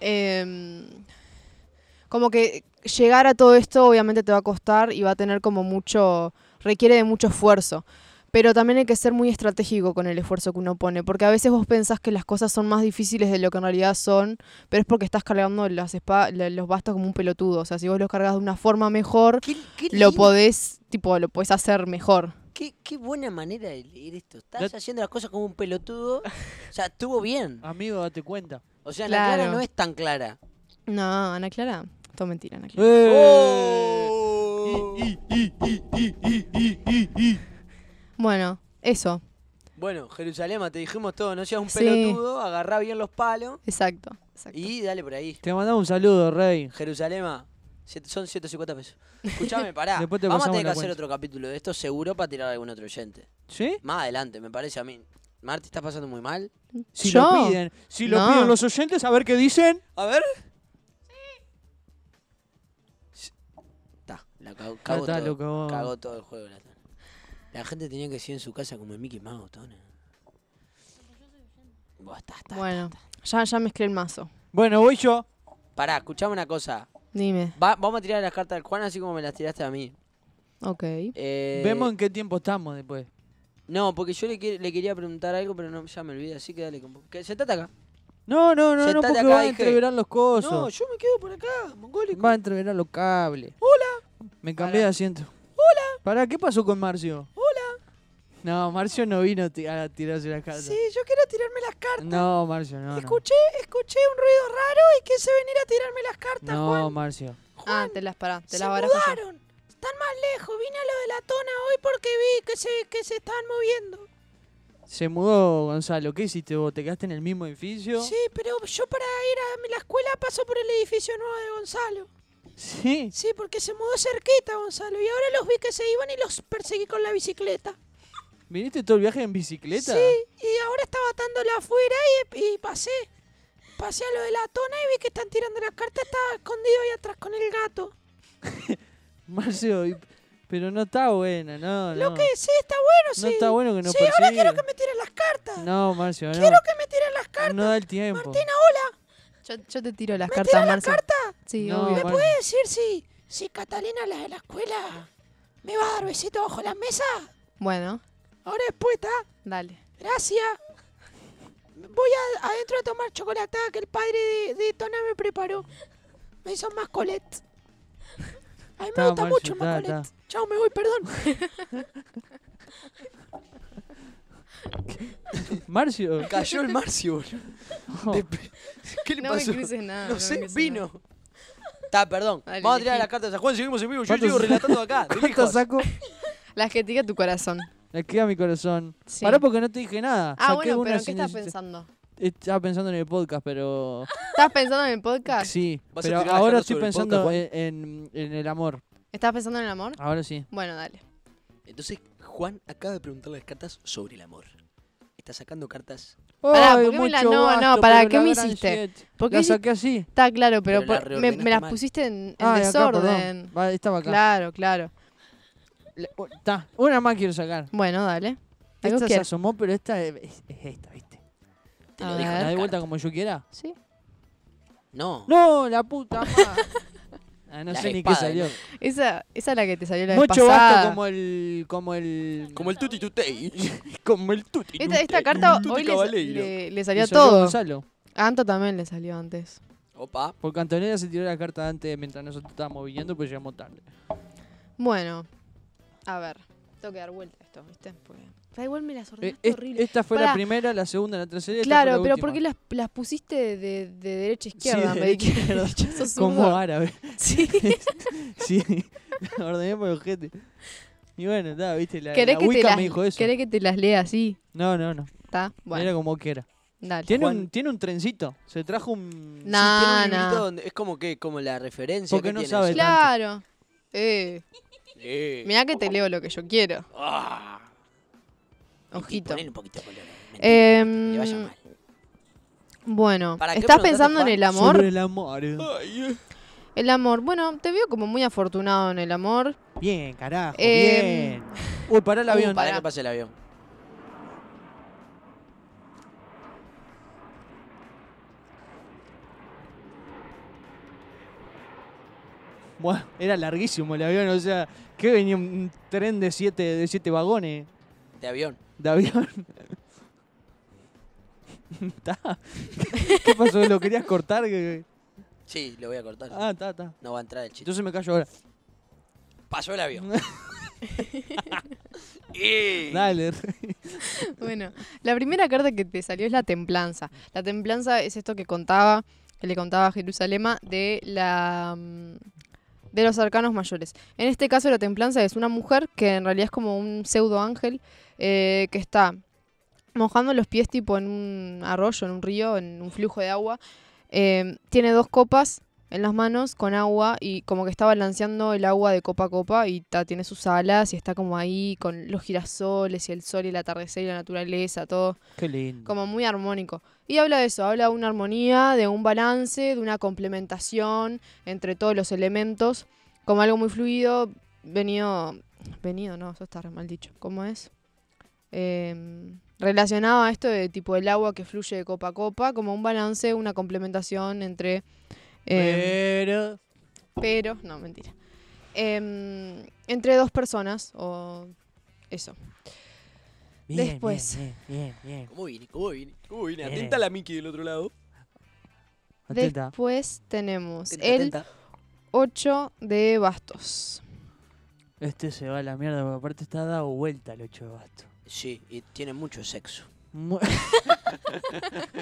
Speaker 6: em, como que llegar a todo esto obviamente te va a costar y va a tener como mucho. requiere de mucho esfuerzo. Pero también hay que ser muy estratégico con el esfuerzo que uno pone, porque a veces vos pensás que las cosas son más difíciles de lo que en realidad son, pero es porque estás cargando las espa- la- los bastos como un pelotudo. O sea, si vos los cargas de una forma mejor,
Speaker 4: ¿Qué, qué
Speaker 6: lo
Speaker 4: lindo,
Speaker 6: podés, tipo, lo podés hacer mejor.
Speaker 4: qué- qué buena manera de leer esto. Estás
Speaker 5: Ya-
Speaker 4: haciendo las cosas como un pelotudo. O sea, estuvo bien.
Speaker 5: Amigo, date cuenta.
Speaker 4: O sea, Ana Clara
Speaker 6: Claro.
Speaker 4: no es tan clara.
Speaker 6: No, Ana Clara, todo mentira, Ana
Speaker 4: Eh.
Speaker 6: Clara.
Speaker 5: Eh,
Speaker 4: ¡Oh!
Speaker 6: Bueno, eso,
Speaker 4: Bueno, Jerusalema, te dijimos todo. No seas un
Speaker 6: Sí.
Speaker 4: pelotudo, agarrá bien los palos
Speaker 6: exacto. exacto.
Speaker 4: y dale por ahí.
Speaker 5: Te mandamos un saludo, Rey.
Speaker 4: Jerusalema, siete- son 150 pesos. Escuchame, pará.
Speaker 5: Después te
Speaker 4: Vamos a
Speaker 5: pasamos
Speaker 4: tener que
Speaker 5: la
Speaker 4: hacer
Speaker 5: cuenta.
Speaker 4: otro capítulo de esto seguro para tirar a algún otro oyente.
Speaker 5: ¿Sí?
Speaker 4: Más adelante, me parece a mí. Marti, ¿estás pasando muy mal?
Speaker 5: Si
Speaker 6: ¿Yo?
Speaker 5: lo piden. Si lo
Speaker 6: No.
Speaker 5: piden los oyentes, a ver qué dicen.
Speaker 4: A ver. Sí. Está, la cago,
Speaker 5: Ya
Speaker 4: cago
Speaker 5: está,
Speaker 4: todo,
Speaker 5: lo cagó.
Speaker 4: cagó todo el juego. La, la gente tenía que seguir en su casa como el Mickey Mouse, Tona. Vos, está, está,
Speaker 6: Bueno,
Speaker 4: está,
Speaker 6: ya, ya mezclé el mazo.
Speaker 5: Bueno, voy yo.
Speaker 4: está. Pará, escuchame una cosa.
Speaker 6: Dime,
Speaker 4: Va- vamos a tirar las cartas del Juan así como me las tiraste a mí.
Speaker 6: ok.
Speaker 4: Eh,
Speaker 5: Vemos en qué tiempo estamos después.
Speaker 4: No, porque yo le, que- le quería preguntar algo, pero no, ya me olvidé, así que dale. Con... vos. Que, sentate acá.
Speaker 5: No, no, no, no,
Speaker 4: Sentate
Speaker 5: porque
Speaker 4: acá,
Speaker 5: va a
Speaker 4: dije.
Speaker 5: entreverar los cosos.
Speaker 4: No, yo me quedo por acá, mongólico.
Speaker 5: va a entreverar los cables. Hola. Me cambié de asiento. Hola. ¿Para qué pasó con Marcio? Hola. No, Marcio no vino ti- a tirarse las cartas.
Speaker 4: Sí, yo quiero tirarme las cartas.
Speaker 5: No, Marcio, no. no.
Speaker 4: Escuché, escuché un ruido raro y quise venir a tirarme las cartas,
Speaker 5: No,
Speaker 4: Juan.
Speaker 5: Marcio.
Speaker 6: Ah, te las pará, te
Speaker 4: se
Speaker 6: las barajas. yo.
Speaker 4: mudaron. Están más lejos. Vine a lo de la tona hoy porque vi que se, que se estaban moviendo.
Speaker 5: Se mudó Gonzalo. ¿Qué hiciste vos? ¿Te quedaste en el mismo edificio?
Speaker 4: Sí, pero yo para ir a la escuela paso por el edificio nuevo de Gonzalo.
Speaker 5: Sí.
Speaker 4: Sí, porque se mudó cerquita Gonzalo y ahora los vi que se iban y los perseguí con la bicicleta.
Speaker 5: ¿Viniste todo el viaje en bicicleta?
Speaker 4: Sí, y ahora estaba atándola afuera y, y pasé. Pasé a lo de la tona y vi que están tirando las cartas. Estaba escondido ahí atrás con el gato.
Speaker 5: Marcio, y- pero no está buena, no,
Speaker 4: Lo
Speaker 5: no.
Speaker 4: que sí está bueno, sí.
Speaker 5: No está bueno que no
Speaker 4: Sí, ahora
Speaker 5: persigue.
Speaker 4: quiero que me tiren las cartas.
Speaker 5: No, Marcio, no.
Speaker 4: Quiero que me tiren las cartas.
Speaker 5: No da el tiempo.
Speaker 4: Martina, hola.
Speaker 6: Yo, yo te tiro las
Speaker 4: ¿Me
Speaker 6: cartas,
Speaker 4: tiran las
Speaker 6: Marcia.
Speaker 4: cartas?
Speaker 6: Sí,
Speaker 5: No,
Speaker 6: obvio.
Speaker 5: Mar-
Speaker 4: ¿Puedes decir si, si Catalina, la de la escuela, me va a dar besito bajo la mesa?
Speaker 6: Bueno,
Speaker 4: Ahora después está.
Speaker 6: dale.
Speaker 4: Gracias. Voy a- adentro a tomar chocolatada que el padre de, de Tona me preparó. Me hizo más colet. A mí me
Speaker 5: Estaba
Speaker 4: gusta
Speaker 5: mal
Speaker 4: mucho
Speaker 5: yo, ta,
Speaker 4: Macolet.
Speaker 5: ta.
Speaker 4: Chao, me voy, perdón.
Speaker 5: Marcio.
Speaker 4: Cayó el Marcio, boludo. De pe- ¿Qué le
Speaker 6: No me
Speaker 4: pasó?
Speaker 6: cruces nada,
Speaker 4: No,
Speaker 6: no me
Speaker 4: sé,
Speaker 6: cruces
Speaker 4: vino. Está, perdón.
Speaker 6: Dale,
Speaker 4: Vamos a tirar
Speaker 6: elegí.
Speaker 4: las cartas de San Juan. Seguimos en vivo. Yo
Speaker 5: ¿Cuántos-
Speaker 4: sigo relatando acá. de
Speaker 5: ¿Cuánto
Speaker 4: lejos.
Speaker 5: saco?
Speaker 6: Las que te diga tu corazón.
Speaker 5: Le queda mi corazón.
Speaker 6: Sí.
Speaker 5: Pará porque no te dije nada.
Speaker 6: Ah,
Speaker 5: Saqué
Speaker 6: bueno,
Speaker 5: una
Speaker 6: pero ¿en qué
Speaker 5: sin
Speaker 6: estás
Speaker 5: decirte-
Speaker 6: pensando?
Speaker 5: Estaba pensando en el podcast, pero.
Speaker 6: ¿Estás pensando en el podcast?
Speaker 5: Sí.
Speaker 4: ¿Vas a
Speaker 5: Pero
Speaker 4: tirar las
Speaker 5: ahora
Speaker 4: cartas
Speaker 5: estoy
Speaker 4: sobre el
Speaker 5: pensando
Speaker 4: podcast,
Speaker 5: en, en- en el amor.
Speaker 6: ¿Estás pensando en el amor?
Speaker 5: Ahora sí.
Speaker 6: Bueno, dale.
Speaker 4: Entonces, Juan acaba de preguntarle las cartas sobre el amor. Está sacando cartas.
Speaker 6: Pará,
Speaker 5: Ay,
Speaker 6: ¿por qué me la-
Speaker 5: mucho
Speaker 6: no, no,
Speaker 5: gasto,
Speaker 6: pará,
Speaker 5: pero
Speaker 6: ¿qué
Speaker 5: la
Speaker 6: me
Speaker 5: gran
Speaker 6: hiciste?
Speaker 5: shit.
Speaker 6: ¿Por qué
Speaker 5: La
Speaker 6: hiciste-
Speaker 5: saqué así.
Speaker 6: Está claro, pero,
Speaker 4: Pero la
Speaker 6: por- me, me
Speaker 4: reordenaste
Speaker 6: las
Speaker 4: mal.
Speaker 6: pusiste en, en
Speaker 5: Ah, acá, perdón.
Speaker 6: desorden.
Speaker 5: Va, estaba acá.
Speaker 6: claro, claro.
Speaker 5: Le- u- ta, una más quiero sacar.
Speaker 6: Bueno, dale. Algo
Speaker 5: Esta se
Speaker 6: quiero.
Speaker 5: asomó, pero esta es, es- es esta, ¿viste?
Speaker 4: Te
Speaker 6: A
Speaker 4: lo dijo
Speaker 6: ver.
Speaker 5: La
Speaker 4: la
Speaker 5: doy vuelta
Speaker 4: carta.
Speaker 5: como yo quiera.
Speaker 6: Sí.
Speaker 4: No.
Speaker 5: No, la puta madre. Ah, no
Speaker 4: Las
Speaker 5: sé ni qué
Speaker 4: espadas,
Speaker 5: salió.
Speaker 6: Esa, esa es la que te salió la vez
Speaker 5: Mucho
Speaker 6: pasada.
Speaker 5: gasto como el. como el.
Speaker 4: Como el tuti tutei. Como el tuti
Speaker 6: Esta, esta
Speaker 4: tutei.
Speaker 6: carta
Speaker 4: Tuti
Speaker 6: hoy le,
Speaker 4: cabaleiro.
Speaker 6: le, le salió a
Speaker 5: le salió
Speaker 6: todo.
Speaker 5: Gonzalo.
Speaker 6: A Anto también le salió antes.
Speaker 4: Opa.
Speaker 5: Porque Antonella se tiró la carta antes mientras nosotros estábamos viniendo, pues llegamos tarde.
Speaker 6: Bueno, a ver. Tengo que dar vuelta a esto, ¿viste? Porque... Da igual me las
Speaker 5: Eh,
Speaker 6: ordenaste
Speaker 5: es-
Speaker 6: horrible.
Speaker 5: esta fue la
Speaker 6: Pará.
Speaker 5: primera, la segunda, la tercera. y esta
Speaker 6: Claro,
Speaker 5: fue la
Speaker 6: pero
Speaker 5: última.
Speaker 6: ¿por qué las, las pusiste de, de derecha a izquierda?
Speaker 5: de
Speaker 6: me
Speaker 5: derecha a
Speaker 6: di que- Sos zurdo.
Speaker 5: Como árabe.
Speaker 6: Sí.
Speaker 5: Sí, la ordené por el ojete. Y bueno, está, viste, la,
Speaker 6: ¿Querés
Speaker 5: la
Speaker 6: que, te
Speaker 5: Wicca
Speaker 6: las,
Speaker 5: me dijo eso.
Speaker 6: ¿Querés que te las lea así?
Speaker 5: No, no, no.
Speaker 6: ¿Está?
Speaker 5: Era
Speaker 6: Bueno,
Speaker 5: como quiera.
Speaker 6: dale.
Speaker 5: Tiene
Speaker 4: Juan-
Speaker 5: un, tiene un trencito. Se trajo un.
Speaker 4: sí,
Speaker 6: No,
Speaker 4: tiene un
Speaker 6: Ah,
Speaker 4: librito
Speaker 6: no.
Speaker 4: donde- es como que, como la referencia.
Speaker 5: Porque
Speaker 4: que
Speaker 5: no
Speaker 4: tiene
Speaker 5: sabe
Speaker 4: eso.
Speaker 6: Claro. Eh,
Speaker 4: Eh.
Speaker 6: mirá que te leo lo que yo quiero.
Speaker 4: Ah. Y
Speaker 6: Ojito.
Speaker 4: ponele un poquito de color. Mentira,
Speaker 6: Em,
Speaker 4: que le vaya mal.
Speaker 6: Bueno,
Speaker 4: ¿Para qué
Speaker 6: ¿estás
Speaker 4: preguntaste,
Speaker 6: pensando en
Speaker 4: Juan?
Speaker 6: el amor?
Speaker 5: Sobre el amor. eh.
Speaker 6: El amor. Bueno, te veo como muy afortunado en el amor.
Speaker 5: Bien, carajo.
Speaker 6: Em,
Speaker 5: bien. Uy, pará el
Speaker 6: uh,
Speaker 5: avión.
Speaker 4: Para
Speaker 6: pará.
Speaker 4: que pase el avión.
Speaker 5: Buah, era larguísimo el avión, o sea, que venía un tren de siete, de siete vagones
Speaker 4: De avión.
Speaker 5: de avión. Ta. ¿Qué pasó? ¿Lo querías cortar? Que-
Speaker 4: Sí, lo voy a cortar.
Speaker 5: Ah, está, está.
Speaker 4: No va a entrar el chiste.
Speaker 5: Entonces me callo ahora.
Speaker 4: Pasó el avión. Eh.
Speaker 5: Dale.
Speaker 6: Bueno, la primera carta que te salió es la templanza. La templanza es esto que contaba, que le contaba a Jerusalema de la mm, de los arcanos mayores. En este caso la templanza es una mujer que en realidad es como un pseudo ángel eh, que está mojando los pies tipo en un arroyo, en un río, en un flujo de agua. Eh, tiene dos copas en las manos con agua y como que está balanceando el agua de copa a copa y ta- tiene sus alas y está como ahí con los girasoles y el sol y el atardecer y la naturaleza, todo
Speaker 5: Qué lindo.
Speaker 6: como muy armónico. Y habla de eso, habla de una armonía, de un balance, de una complementación entre todos los elementos, como algo muy fluido, venido, venido, no, eso está re mal dicho, ¿cómo es? Em, relacionado a esto de tipo el agua que fluye de copa a copa, como un balance, una complementación entre... em,
Speaker 5: Pero.
Speaker 6: pero, no, mentira. Em, entre dos personas, o eso.
Speaker 5: Bien,
Speaker 6: Después.
Speaker 5: Bien, bien, bien, bien.
Speaker 4: ¿Cómo vine? ¿Cómo vine? ¿Cómo vine?
Speaker 5: Bien.
Speaker 4: Atenta la Mickey del otro lado.
Speaker 5: Atenta.
Speaker 6: Después tenemos
Speaker 4: Atenta,
Speaker 6: el
Speaker 4: atenta.
Speaker 6: 8 de bastos.
Speaker 5: Este se va a la mierda, porque aparte está dado vuelta el 8 de basto.
Speaker 4: Sí, y tiene mucho sexo.
Speaker 5: Mu-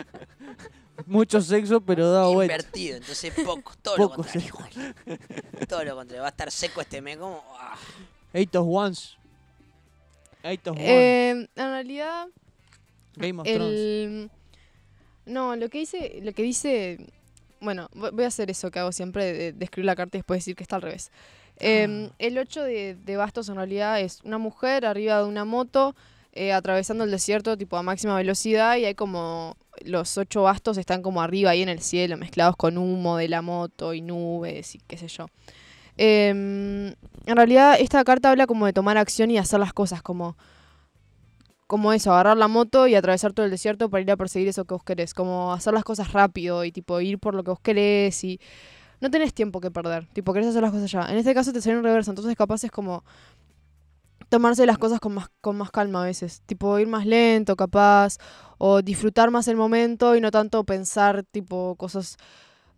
Speaker 5: Mucho sexo, pero dado vuelta.
Speaker 4: Invertido, entonces poco, todo
Speaker 5: Ah, Poco
Speaker 4: lo contrario.
Speaker 5: sexo.
Speaker 4: Juan. Todo lo contrario. Va a estar seco este mes como. ah.
Speaker 5: Eight of Wands. Eight of Wands.
Speaker 6: Eh, en realidad,
Speaker 5: Game of Thrones.
Speaker 6: el. No, lo que dice. Lo que dice. Bueno, vo- voy a hacer eso que hago siempre, de, de escribir la carta y después decir que está al revés.
Speaker 5: Ah.
Speaker 6: Eh, el 8 de, de bastos en realidad es una mujer arriba de una moto eh, atravesando el desierto tipo a máxima velocidad y hay como los ocho bastos están como arriba ahí en el cielo mezclados con humo de la moto y nubes y qué sé yo. Eh, en realidad esta carta habla como de tomar acción y hacer las cosas como como eso, agarrar la moto y atravesar todo el desierto para ir a perseguir eso que vos querés, como hacer las cosas rápido y tipo ir por lo que vos querés y no tenés tiempo que perder, tipo querés hacer las cosas ya. En este caso te salió en reverso, entonces capaz es como tomarse las cosas con más, con más calma a veces, tipo ir más lento capaz, o disfrutar más el momento y no tanto pensar tipo cosas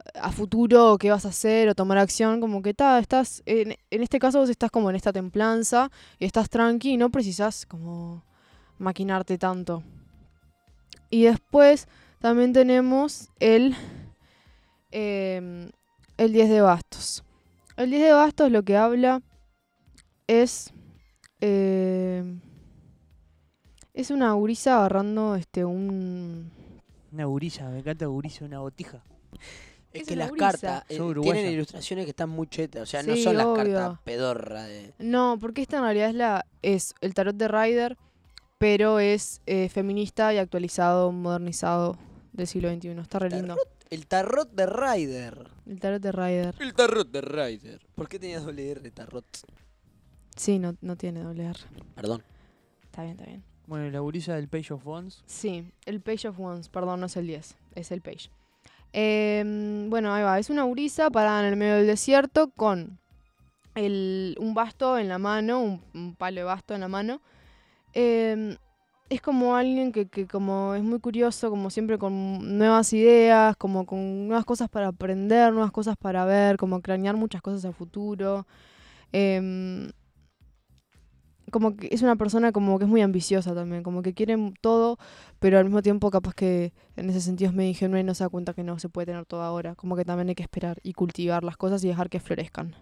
Speaker 6: eh, a futuro qué vas a hacer o tomar acción, como que ta, estás, en, en este caso vos estás como en esta templanza y estás tranqui y no precisás como maquinarte tanto. Y después también tenemos el, em, el 10 de bastos. El 10 de bastos lo que habla es... em, es una gurisa agarrando este un...
Speaker 5: Una gurilla, me encanta gurilla, una botija.
Speaker 4: Es,
Speaker 6: Es
Speaker 4: que
Speaker 6: una
Speaker 4: las
Speaker 6: gurisa.
Speaker 4: cartas eh,
Speaker 5: Soy uruguaya.
Speaker 4: tienen ilustraciones que están muy chetas. O sea, no
Speaker 6: Sí,
Speaker 4: son las
Speaker 6: obvio.
Speaker 4: cartas pedorra de.
Speaker 6: No, porque esta en realidad es la es el tarot de Ryder, pero es eh, feminista y actualizado, modernizado del siglo XXI. Está re lindo.
Speaker 4: El tarot de Ryder.
Speaker 6: El tarot de Ryder.
Speaker 4: El tarot de Ryder. ¿Por qué tenía doble R tarot?
Speaker 6: Sí, no, no tiene doble R.
Speaker 4: Perdón.
Speaker 6: Está bien, está bien.
Speaker 5: Bueno, la gurilla del Page of Bonds.
Speaker 6: Sí, el Page of Wands. Perdón, no es el 10, es el Page. Em, bueno, ahí va. Es una urisa parada en el medio del desierto con el- un basto en la mano, un, un palo de basto en la mano. Em, es como alguien que, que como es muy curioso, como siempre con nuevas ideas, como con nuevas cosas para aprender, nuevas cosas para ver, como cranear muchas cosas a futuro. Em, como que es una persona como que es muy ambiciosa también, como que quiere m- todo, pero al mismo tiempo capaz que en ese sentido es medio ingenua y no se da cuenta que no se puede tener todo ahora. Como que también hay que esperar y cultivar las cosas y dejar que florezcan.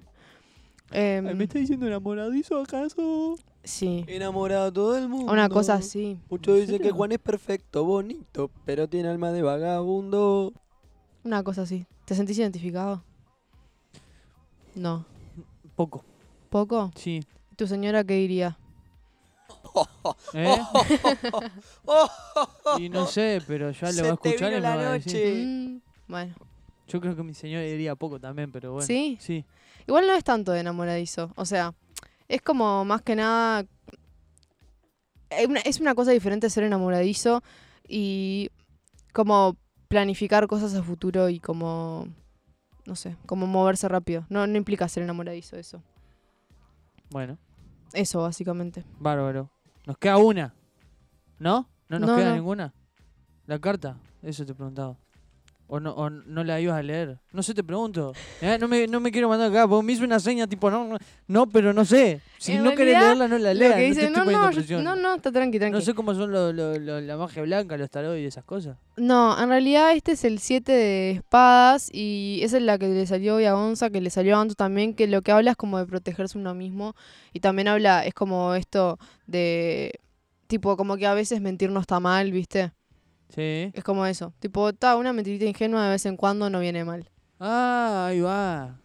Speaker 6: Em,
Speaker 5: Ay, ¿Me está diciendo enamoradizo acaso?
Speaker 6: sí,
Speaker 4: Enamorado todo el mundo.
Speaker 6: una cosa así.
Speaker 4: Muchos
Speaker 5: ¿En
Speaker 4: dicen que
Speaker 5: serio?
Speaker 4: Juan es perfecto, bonito, pero tiene alma de vagabundo.
Speaker 6: Una cosa así. ¿Te sentís identificado? No.
Speaker 5: Poco.
Speaker 6: ¿Poco?
Speaker 5: Sí.
Speaker 6: ¿Tu señora qué diría?
Speaker 5: ¿Eh?
Speaker 4: ¡Oh!
Speaker 5: y no sé, pero ya lo
Speaker 4: Se
Speaker 5: va a
Speaker 4: te
Speaker 5: escuchar y
Speaker 4: vino la
Speaker 5: me va a decir.
Speaker 4: noche.
Speaker 6: Mm, bueno.
Speaker 5: Yo creo que mi señora diría poco también, pero bueno.
Speaker 6: ¿Sí?
Speaker 5: Sí.
Speaker 6: Igual no es tanto de enamoradizo. O sea, es como más que nada. es una- Es una cosa diferente ser enamoradizo y como planificar cosas a futuro y como. No sé, como moverse rápido. No, no implica ser enamoradizo eso.
Speaker 5: Bueno,
Speaker 6: Eso, básicamente.
Speaker 5: bárbaro. Nos queda una. ¿No? ¿No nos
Speaker 6: No,
Speaker 5: queda
Speaker 6: no.
Speaker 5: ninguna? ¿La carta? Eso te preguntaba. ¿O no, o no la ibas a leer? No sé, te pregunto. Eh, No, me, no me quiero mandar acá. Vos me hizo una seña tipo, no, no, no, pero no sé. Si
Speaker 6: En
Speaker 5: no querés
Speaker 6: realidad,
Speaker 5: leerla, no la
Speaker 6: Lo
Speaker 5: leas.
Speaker 6: que
Speaker 5: no, te
Speaker 6: dice,
Speaker 5: estoy
Speaker 6: no,
Speaker 5: poniendo
Speaker 6: no, yo-
Speaker 5: presión.
Speaker 6: no, no, está tranqui, tranqui.
Speaker 5: No sé cómo son lo- lo- lo- la magia blanca, los tarot y esas cosas.
Speaker 6: No, en realidad este es el 7 de espadas y esa es la que le salió hoy a Gonza, que le salió a Anto también, que lo que habla es como de protegerse uno mismo y también habla, es como esto de, tipo, como que a veces mentir no está mal, ¿viste?
Speaker 5: Sí.
Speaker 6: Es como eso, tipo, está una mentirita ingenua de vez en cuando no viene mal.
Speaker 5: Ah, ahí va.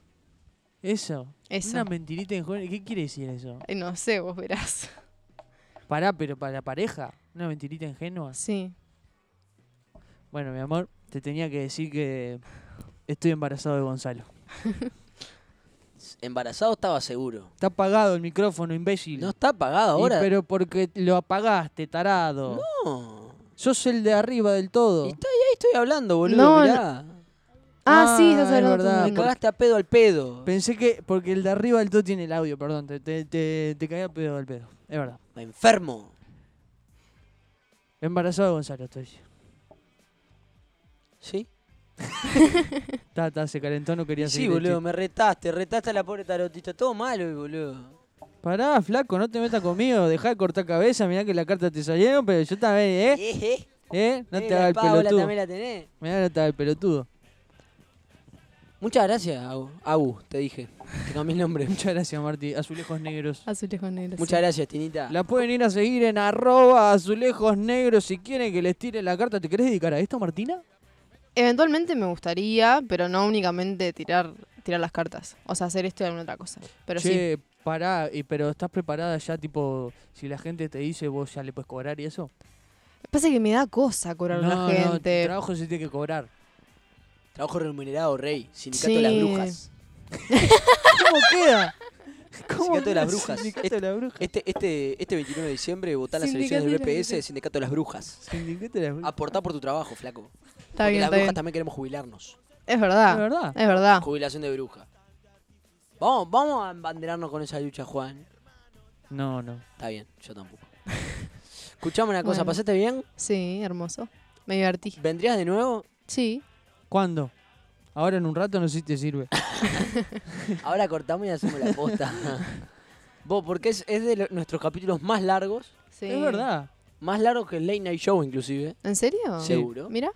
Speaker 5: Eso.
Speaker 6: Eso.
Speaker 5: Una mentirita en joven. ¿Qué quiere decir eso?
Speaker 6: Ay, No sé, vos verás.
Speaker 5: Pará, pero para la pareja. Una mentirita ingenua.
Speaker 6: Sí.
Speaker 5: Bueno, mi amor, te tenía que decir que estoy embarazado de Gonzalo.
Speaker 4: Embarazado estaba seguro.
Speaker 5: Está apagado el micrófono, imbécil.
Speaker 4: No está apagado
Speaker 5: Y
Speaker 4: ahora.
Speaker 5: pero porque lo apagaste, tarado.
Speaker 4: No.
Speaker 5: Sos el de arriba del todo.
Speaker 4: Y está- Ahí estoy hablando, boludo.
Speaker 6: No,
Speaker 4: mirá.
Speaker 6: Ah, sí,
Speaker 5: Ah,
Speaker 6: estás
Speaker 5: es
Speaker 6: hablando
Speaker 5: verdad,
Speaker 6: de
Speaker 4: Me cagaste a pedo al pedo.
Speaker 5: Pensé que. Porque el de arriba del todo tiene el audio, perdón. Te, te, te, te caí al pedo del pedo. Es verdad.
Speaker 4: Me enfermo.
Speaker 5: Embarazado de Gonzalo estoy.
Speaker 4: ¿Sí?
Speaker 5: Ta, ta, se calentó, no quería
Speaker 4: Sí,
Speaker 5: seguir el
Speaker 4: boludo,
Speaker 5: chiste.
Speaker 4: me retaste, retaste a la pobre tarotista. Todo malo, hoy, boludo.
Speaker 5: Pará, flaco, no te metas conmigo. Dejá de cortar cabeza. Mirá que la carta te salieron, pero yo también, ¿eh?
Speaker 4: Eh,
Speaker 5: ¿Eh? No
Speaker 4: eh,
Speaker 5: te
Speaker 4: la
Speaker 5: hagas el
Speaker 4: Paola
Speaker 5: pelotudo.
Speaker 4: también la tenés.
Speaker 5: Mirá, no te hagas el pelotudo.
Speaker 4: Muchas gracias, Agu. Agu, te dije. Te cambié el nombre.
Speaker 5: Muchas gracias, Martí. Azulejos negros.
Speaker 6: azulejos negros.
Speaker 4: Muchas gracias, Tinita.
Speaker 5: La pueden ir a seguir en arroba azulejos negros si quieren que les tire la carta. ¿Te querés dedicar a esto, Martina?
Speaker 6: Eventualmente me gustaría, pero no únicamente tirar, tirar las cartas. O sea, hacer esto y alguna otra cosa. Pero sí.
Speaker 5: che, pará, y- pero ¿estás preparada ya? Tipo, si la gente te dice, vos ya le puedes cobrar y eso.
Speaker 6: Pasa que me da cosa curar a
Speaker 5: no,
Speaker 6: la
Speaker 5: no, tu
Speaker 6: gente.
Speaker 5: trabajo se tiene que cobrar.
Speaker 4: Trabajo remunerado, rey. Sindicato de las
Speaker 6: Sí.
Speaker 4: brujas.
Speaker 5: ¿Cómo queda?
Speaker 4: Sindicato de las
Speaker 5: queda?
Speaker 4: brujas.
Speaker 5: Sindicato de las brujas.
Speaker 4: Este, este, este 29 de diciembre votá las
Speaker 6: Sindicato
Speaker 4: elecciones del
Speaker 6: de las
Speaker 4: BPS,
Speaker 6: brujas.
Speaker 4: Sindicato de las Brujas.
Speaker 5: Sindicato de las brujas.
Speaker 4: Aportá por tu trabajo, flaco.
Speaker 6: está
Speaker 4: Porque
Speaker 6: bien,
Speaker 4: las
Speaker 6: está
Speaker 4: brujas
Speaker 6: bien. Ah.
Speaker 4: también queremos jubilarnos.
Speaker 6: Es verdad.
Speaker 5: De verdad.
Speaker 6: Es verdad.
Speaker 4: Jubilación de bruja. Vamos, vamos a embanderarnos con esa lucha, Juan.
Speaker 5: No, no.
Speaker 4: Está bien, yo tampoco. Escuchame una cosa,
Speaker 6: Bueno.
Speaker 4: ¿pasaste bien?
Speaker 6: Sí, hermoso. Me divertí.
Speaker 4: ¿Vendrías de nuevo?
Speaker 6: Sí.
Speaker 5: ¿Cuándo? Ahora en un rato no sé si te sirve.
Speaker 4: Ahora cortamos y hacemos la posta. Vos, porque es, es de lo- nuestros capítulos más largos.
Speaker 6: Sí.
Speaker 5: Es verdad.
Speaker 4: Más largos que el Late Night Show, inclusive.
Speaker 6: ¿En serio?
Speaker 5: Sí.
Speaker 4: Seguro.
Speaker 6: Mira.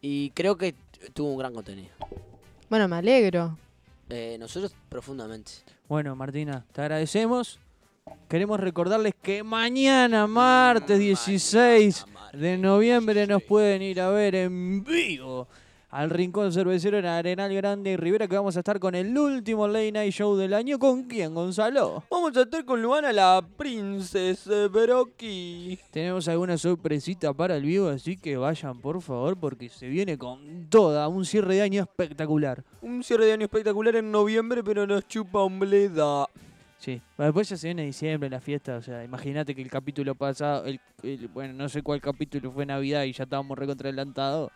Speaker 4: Y creo que t- tuvo un gran contenido.
Speaker 6: Bueno, me alegro.
Speaker 4: Eh, nosotros profundamente.
Speaker 5: Bueno, Martina, te agradecemos. Queremos recordarles que mañana, martes 16 de noviembre, nos pueden ir a ver en vivo al Rincón Cervecero en Arenal Grande y Rivera, que vamos a estar con el último Late Night Show del año. ¿Con quién, Gonzalo?
Speaker 4: Vamos a estar con Luana la princesa Brocky.
Speaker 5: Tenemos alguna sorpresita para el vivo, así que vayan, por favor, porque se viene con toda un cierre de año espectacular.
Speaker 4: Un cierre de año espectacular en noviembre, pero nos chupa un bleda.
Speaker 5: Sí, pero después ya se viene diciembre, la fiesta, o sea, imagínate que el capítulo pasado, el, el- bueno, no sé cuál capítulo fue Navidad y ya estábamos recontra adelantados.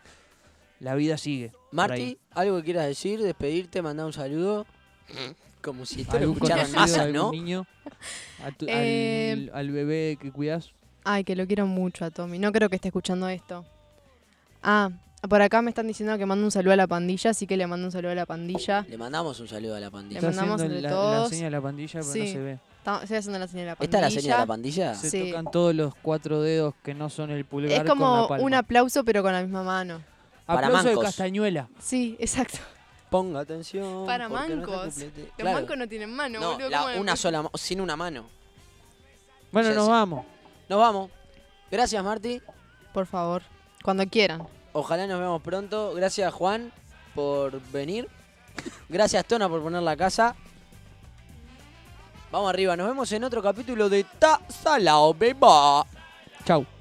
Speaker 5: La vida sigue. por ahí.
Speaker 4: Marti, ¿algo que quieras decir? ¿Despedirte? ¿Mandar un saludo?
Speaker 6: Mm.
Speaker 4: Como si te lo
Speaker 5: ¿Algún
Speaker 4: escucharan
Speaker 5: conocido,
Speaker 4: masas,
Speaker 5: algún
Speaker 4: ¿no?
Speaker 5: niño? A tu-
Speaker 6: Eh,
Speaker 5: al, al bebé que cuidas?
Speaker 6: Ay, que lo quiero mucho a Tommy. No creo que esté escuchando esto. Ah, por acá me están diciendo que mando un saludo a la pandilla, así que le mando un saludo a la pandilla.
Speaker 4: Le mandamos un saludo a la pandilla.
Speaker 6: Le mandamos
Speaker 5: haciendo
Speaker 6: entre
Speaker 5: la, la
Speaker 6: todos.
Speaker 5: seña de la pandilla, pero no
Speaker 6: Sí.
Speaker 5: se ve.
Speaker 6: Está- Estoy haciendo la señal de la
Speaker 4: ¿Esta
Speaker 6: pandilla.
Speaker 4: es la seña de la pandilla?
Speaker 5: Se
Speaker 6: Sí.
Speaker 5: tocan todos los cuatro dedos que no son el pulgar
Speaker 6: Es
Speaker 5: con
Speaker 6: como
Speaker 5: la palma.
Speaker 6: un aplauso, pero con la misma mano.
Speaker 4: Para
Speaker 5: Aplauso de
Speaker 4: mancos.
Speaker 5: castañuela.
Speaker 6: Sí, exacto.
Speaker 4: Ponga atención.
Speaker 6: Para
Speaker 4: porque no
Speaker 6: mancos.
Speaker 4: está complete-
Speaker 6: Los
Speaker 4: Claro.
Speaker 6: mancos no tienen mano,
Speaker 4: No,
Speaker 6: boludo.
Speaker 4: la-
Speaker 6: ¿cómo van a
Speaker 4: una
Speaker 6: empezar?
Speaker 4: sola, ma- sin una mano.
Speaker 5: Bueno,
Speaker 4: Ya
Speaker 5: nos
Speaker 4: sé.
Speaker 5: vamos.
Speaker 4: Nos vamos. Gracias, Marti.
Speaker 6: Por favor, cuando quieran.
Speaker 4: Ojalá nos veamos pronto. Gracias, Juan, por venir. Gracias, Tona, por poner la casa. Vamos arriba. Nos vemos en otro capítulo de Ta Salao, beba.
Speaker 5: Chau.